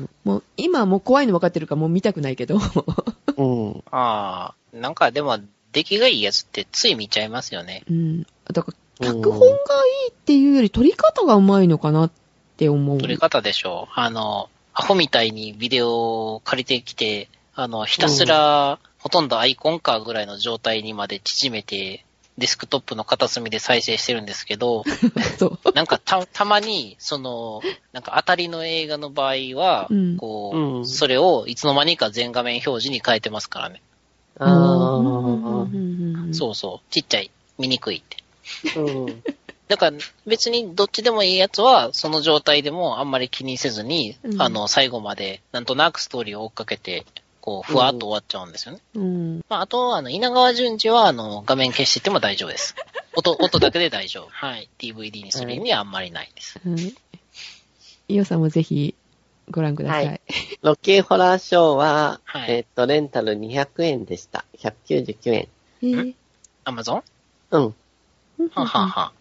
[SPEAKER 3] ん。
[SPEAKER 1] もう、今もう怖いの分かってるからもう見たくないけど。 [laughs]
[SPEAKER 3] うん。
[SPEAKER 2] ああ、なんかでも、出来がいいやつってつい見ちゃいますよね。
[SPEAKER 1] うん。だから、脚本がいいっていうより、撮り方がうまいのかなって思う。
[SPEAKER 2] 撮り方でしょう。あの、アホみたいにビデオを借りてきて、あの、ひたすら、ほとんどアイコンかぐらいの状態にまで縮めて、デスクトップの片隅で再生してるんです
[SPEAKER 1] [laughs]
[SPEAKER 2] けど、
[SPEAKER 1] そう。
[SPEAKER 2] なんかた、たまに、その、なんか当たりの映画の場合は、
[SPEAKER 1] うん
[SPEAKER 2] こう、
[SPEAKER 3] うん
[SPEAKER 2] それをいつの間にか全画面表示に変えてますからね。
[SPEAKER 3] ああ。
[SPEAKER 1] う。
[SPEAKER 2] そうそう。ちっちゃい。見にくいって。
[SPEAKER 3] うん。
[SPEAKER 2] だから、別にどっちでもいいやつは、その状態でもあんまり気にせずに、
[SPEAKER 1] うん
[SPEAKER 2] あの、最後まで、なんとなくストーリーを追っかけて、こう、ふわっと終わっちゃうんですよね。
[SPEAKER 1] うん。
[SPEAKER 2] まあ、あと、あの、稲川淳二は、あの、画面消してても大丈夫
[SPEAKER 1] [laughs]
[SPEAKER 2] です。音、音だけで大丈夫。はい。DVD にする意味はあんまりないです。
[SPEAKER 1] はい。イオさんもぜひご覧ください。
[SPEAKER 3] はロッキーホラーショーは、
[SPEAKER 2] はい
[SPEAKER 3] えっと、レンタル200円でした。199円。
[SPEAKER 1] えー
[SPEAKER 2] アマゾン
[SPEAKER 3] うん。
[SPEAKER 2] はんはんは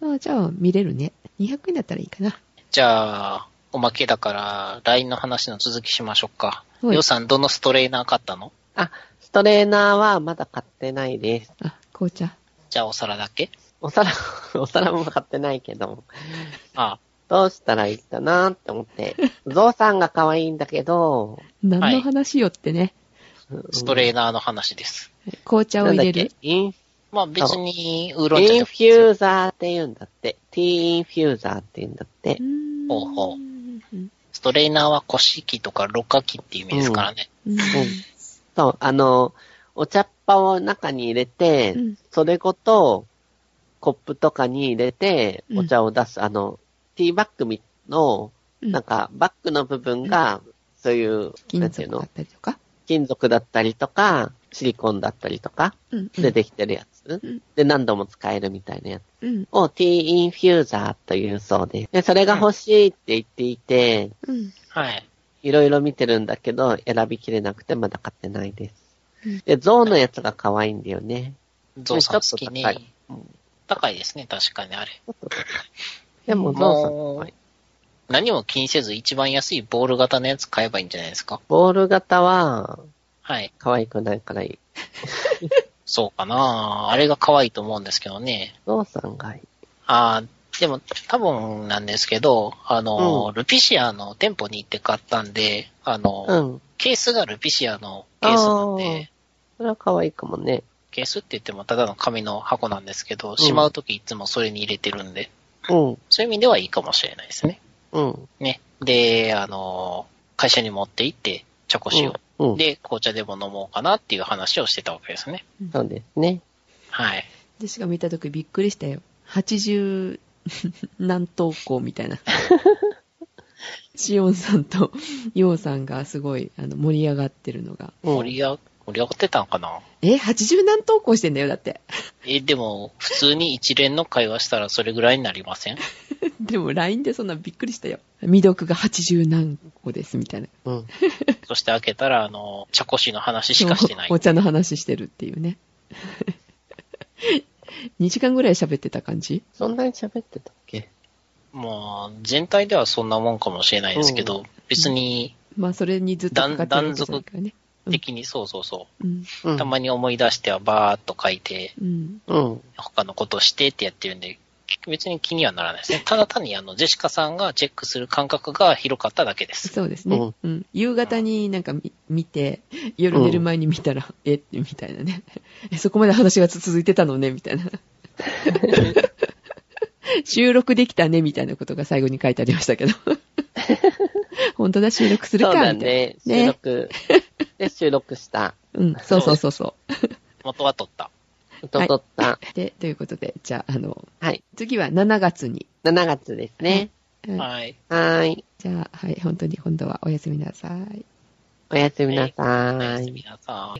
[SPEAKER 2] ん。
[SPEAKER 1] あじゃあ、見れるね。200円だったらいいかな。
[SPEAKER 2] じゃあ、おまけだから、LINE の話の続きしましょうか。
[SPEAKER 1] はい
[SPEAKER 2] よさん、どのストレーナー買ったの
[SPEAKER 3] あ、ストレーナーはまだ買ってないです。
[SPEAKER 1] あ、紅茶。
[SPEAKER 2] じゃあ、お皿だけ
[SPEAKER 3] お皿、 [laughs] お皿も買ってないけど、
[SPEAKER 2] あ
[SPEAKER 3] どうしたらいいかなって
[SPEAKER 2] [laughs]
[SPEAKER 3] 思って。ゾウさんが可愛いんだけど、
[SPEAKER 1] 何の話よってね。
[SPEAKER 2] ストレーナーの話です。
[SPEAKER 1] 紅茶を
[SPEAKER 3] な
[SPEAKER 1] 入
[SPEAKER 3] んだっ
[SPEAKER 1] れ
[SPEAKER 3] け
[SPEAKER 1] る。
[SPEAKER 3] イン
[SPEAKER 2] まあ、別に、ウーロン茶
[SPEAKER 3] イ
[SPEAKER 2] で
[SPEAKER 3] ン
[SPEAKER 2] も
[SPEAKER 3] フューザーって言うんだって。ティーインフューザーって言うんだって
[SPEAKER 1] う。ーん
[SPEAKER 2] ほうほうストレーナーは腰器とかろ過器っていう意味ですからね。
[SPEAKER 1] うん
[SPEAKER 3] そう、あの、お茶っ葉を中に入れて、
[SPEAKER 1] うん
[SPEAKER 3] それごと、コップとかに入れて、
[SPEAKER 1] うん
[SPEAKER 3] お茶を出す。あの、ティーバッグみの、
[SPEAKER 1] うん
[SPEAKER 3] なんか、バッグの部分が、そういう、
[SPEAKER 1] 金
[SPEAKER 3] なんてい
[SPEAKER 1] 属
[SPEAKER 3] う
[SPEAKER 1] だっ
[SPEAKER 3] の
[SPEAKER 1] たりとか。
[SPEAKER 3] 金属だったりとか、シリコンだったりとか
[SPEAKER 1] うん。
[SPEAKER 3] でできてるやつ
[SPEAKER 1] うん。
[SPEAKER 3] で、何度も使えるみたいなやつ
[SPEAKER 1] うん。
[SPEAKER 3] を t インフューザーというそうです。で、それが欲しいって言っていて、
[SPEAKER 1] うん。
[SPEAKER 2] はい。
[SPEAKER 3] いろいろ見てるんだけど、選びきれなくてまだ買ってないです
[SPEAKER 1] うん。
[SPEAKER 3] で、ゾウのやつが可愛いんだよね。
[SPEAKER 2] ゾウさん好きに
[SPEAKER 3] ちょっと高い。
[SPEAKER 2] 高いですね、確かにあれ。
[SPEAKER 3] ちょっと高いでも、ゾウさん可
[SPEAKER 2] も、
[SPEAKER 3] 愛いう
[SPEAKER 2] 何も気にせず一番安いボール型のやつ買えばいいんじゃないですか。
[SPEAKER 3] ボール型は、
[SPEAKER 2] はい。
[SPEAKER 3] 可愛くないからいい。
[SPEAKER 2] そうかなあれが可愛いと思うんですけどね。
[SPEAKER 3] ゾウさんがいい。
[SPEAKER 2] ああ、でも多分なんですけど、あの、
[SPEAKER 3] うん
[SPEAKER 2] ルピシアの店舗に行って買ったんで、あの、
[SPEAKER 3] うん。
[SPEAKER 2] ケースがルピシアのケースなんで、
[SPEAKER 3] それは可愛いかもね。
[SPEAKER 2] ケースって言ってもただの紙の箱なんですけど、
[SPEAKER 3] ん
[SPEAKER 2] しまうときいつもそれに入れてるんで、
[SPEAKER 3] うん。
[SPEAKER 2] そういう意味ではいいかもしれないですね。
[SPEAKER 3] うん。
[SPEAKER 2] ね。で、あの、会社に持って行って、チョコしよう。
[SPEAKER 3] うん。
[SPEAKER 2] で、紅茶でも飲もうかなっていう話をしてたわけですね。
[SPEAKER 3] そうですね。
[SPEAKER 2] はい。
[SPEAKER 1] 私が見たときびっくりしたよ。80何投稿みた
[SPEAKER 2] [laughs]
[SPEAKER 1] いな。シオンさんとヨウさんがすごいあの盛り上がってるのが。
[SPEAKER 3] うん
[SPEAKER 2] 盛り上が、盛り上がってたのかな
[SPEAKER 1] え、80何投稿してんだよ、だって。
[SPEAKER 2] え、でも、普通に一連の会話したらそれぐらいになりません
[SPEAKER 3] [laughs]
[SPEAKER 1] でも LINE でそんなびっくりしたよ。未読が80何個です、みたいな。
[SPEAKER 3] うん。
[SPEAKER 2] そして開けたら、あの、茶こしの話しかしてない。
[SPEAKER 1] お茶の話してるっていうね。2時間ぐらい喋ってた感じ
[SPEAKER 3] そんなに喋ってたっけ
[SPEAKER 2] もう、全体ではそんなもんかもしれないですけど、別に、
[SPEAKER 1] まあ、それにずっとかかってるわけじゃないからね。うん
[SPEAKER 2] 的に、そうそうそう
[SPEAKER 3] うん
[SPEAKER 2] う。たまに思い出してはバーっと書いて、
[SPEAKER 1] ん。うん。
[SPEAKER 3] うん。
[SPEAKER 2] 他のことしてってやってるんで、別に気にはならないですね。ただ単に、あの、ジェシカさんがチェックする感覚が広かっただけです。
[SPEAKER 1] そうですね。
[SPEAKER 3] う
[SPEAKER 1] うんん。夕方になんかみ見て、夜寝る前に見たら、えってみたいなね。 [laughs] えそこまで話が続いてたのね、み
[SPEAKER 3] [laughs]
[SPEAKER 1] たいな。収録できたね、みたいなことが最後に書いてありました
[SPEAKER 3] [laughs]
[SPEAKER 1] けど。本当だ、収録する
[SPEAKER 3] そう
[SPEAKER 1] か、みた
[SPEAKER 3] だ
[SPEAKER 1] いな。
[SPEAKER 3] ね。
[SPEAKER 1] ね
[SPEAKER 3] 収録。 [laughs] で、収録した。
[SPEAKER 1] うん、そうそうそうそう。
[SPEAKER 2] 元は取った。
[SPEAKER 3] と撮った。
[SPEAKER 1] で、ということで、じゃあ、あの、
[SPEAKER 3] はい。
[SPEAKER 1] 次は7月に。
[SPEAKER 3] 7月ですね。
[SPEAKER 1] はい
[SPEAKER 2] はい。
[SPEAKER 3] はーい。
[SPEAKER 1] じゃあ、はい、本当に今度はおやすみなさい。
[SPEAKER 3] おやすみな
[SPEAKER 2] お
[SPEAKER 3] さ
[SPEAKER 2] や
[SPEAKER 3] ー
[SPEAKER 2] す
[SPEAKER 3] い。
[SPEAKER 2] みなさい。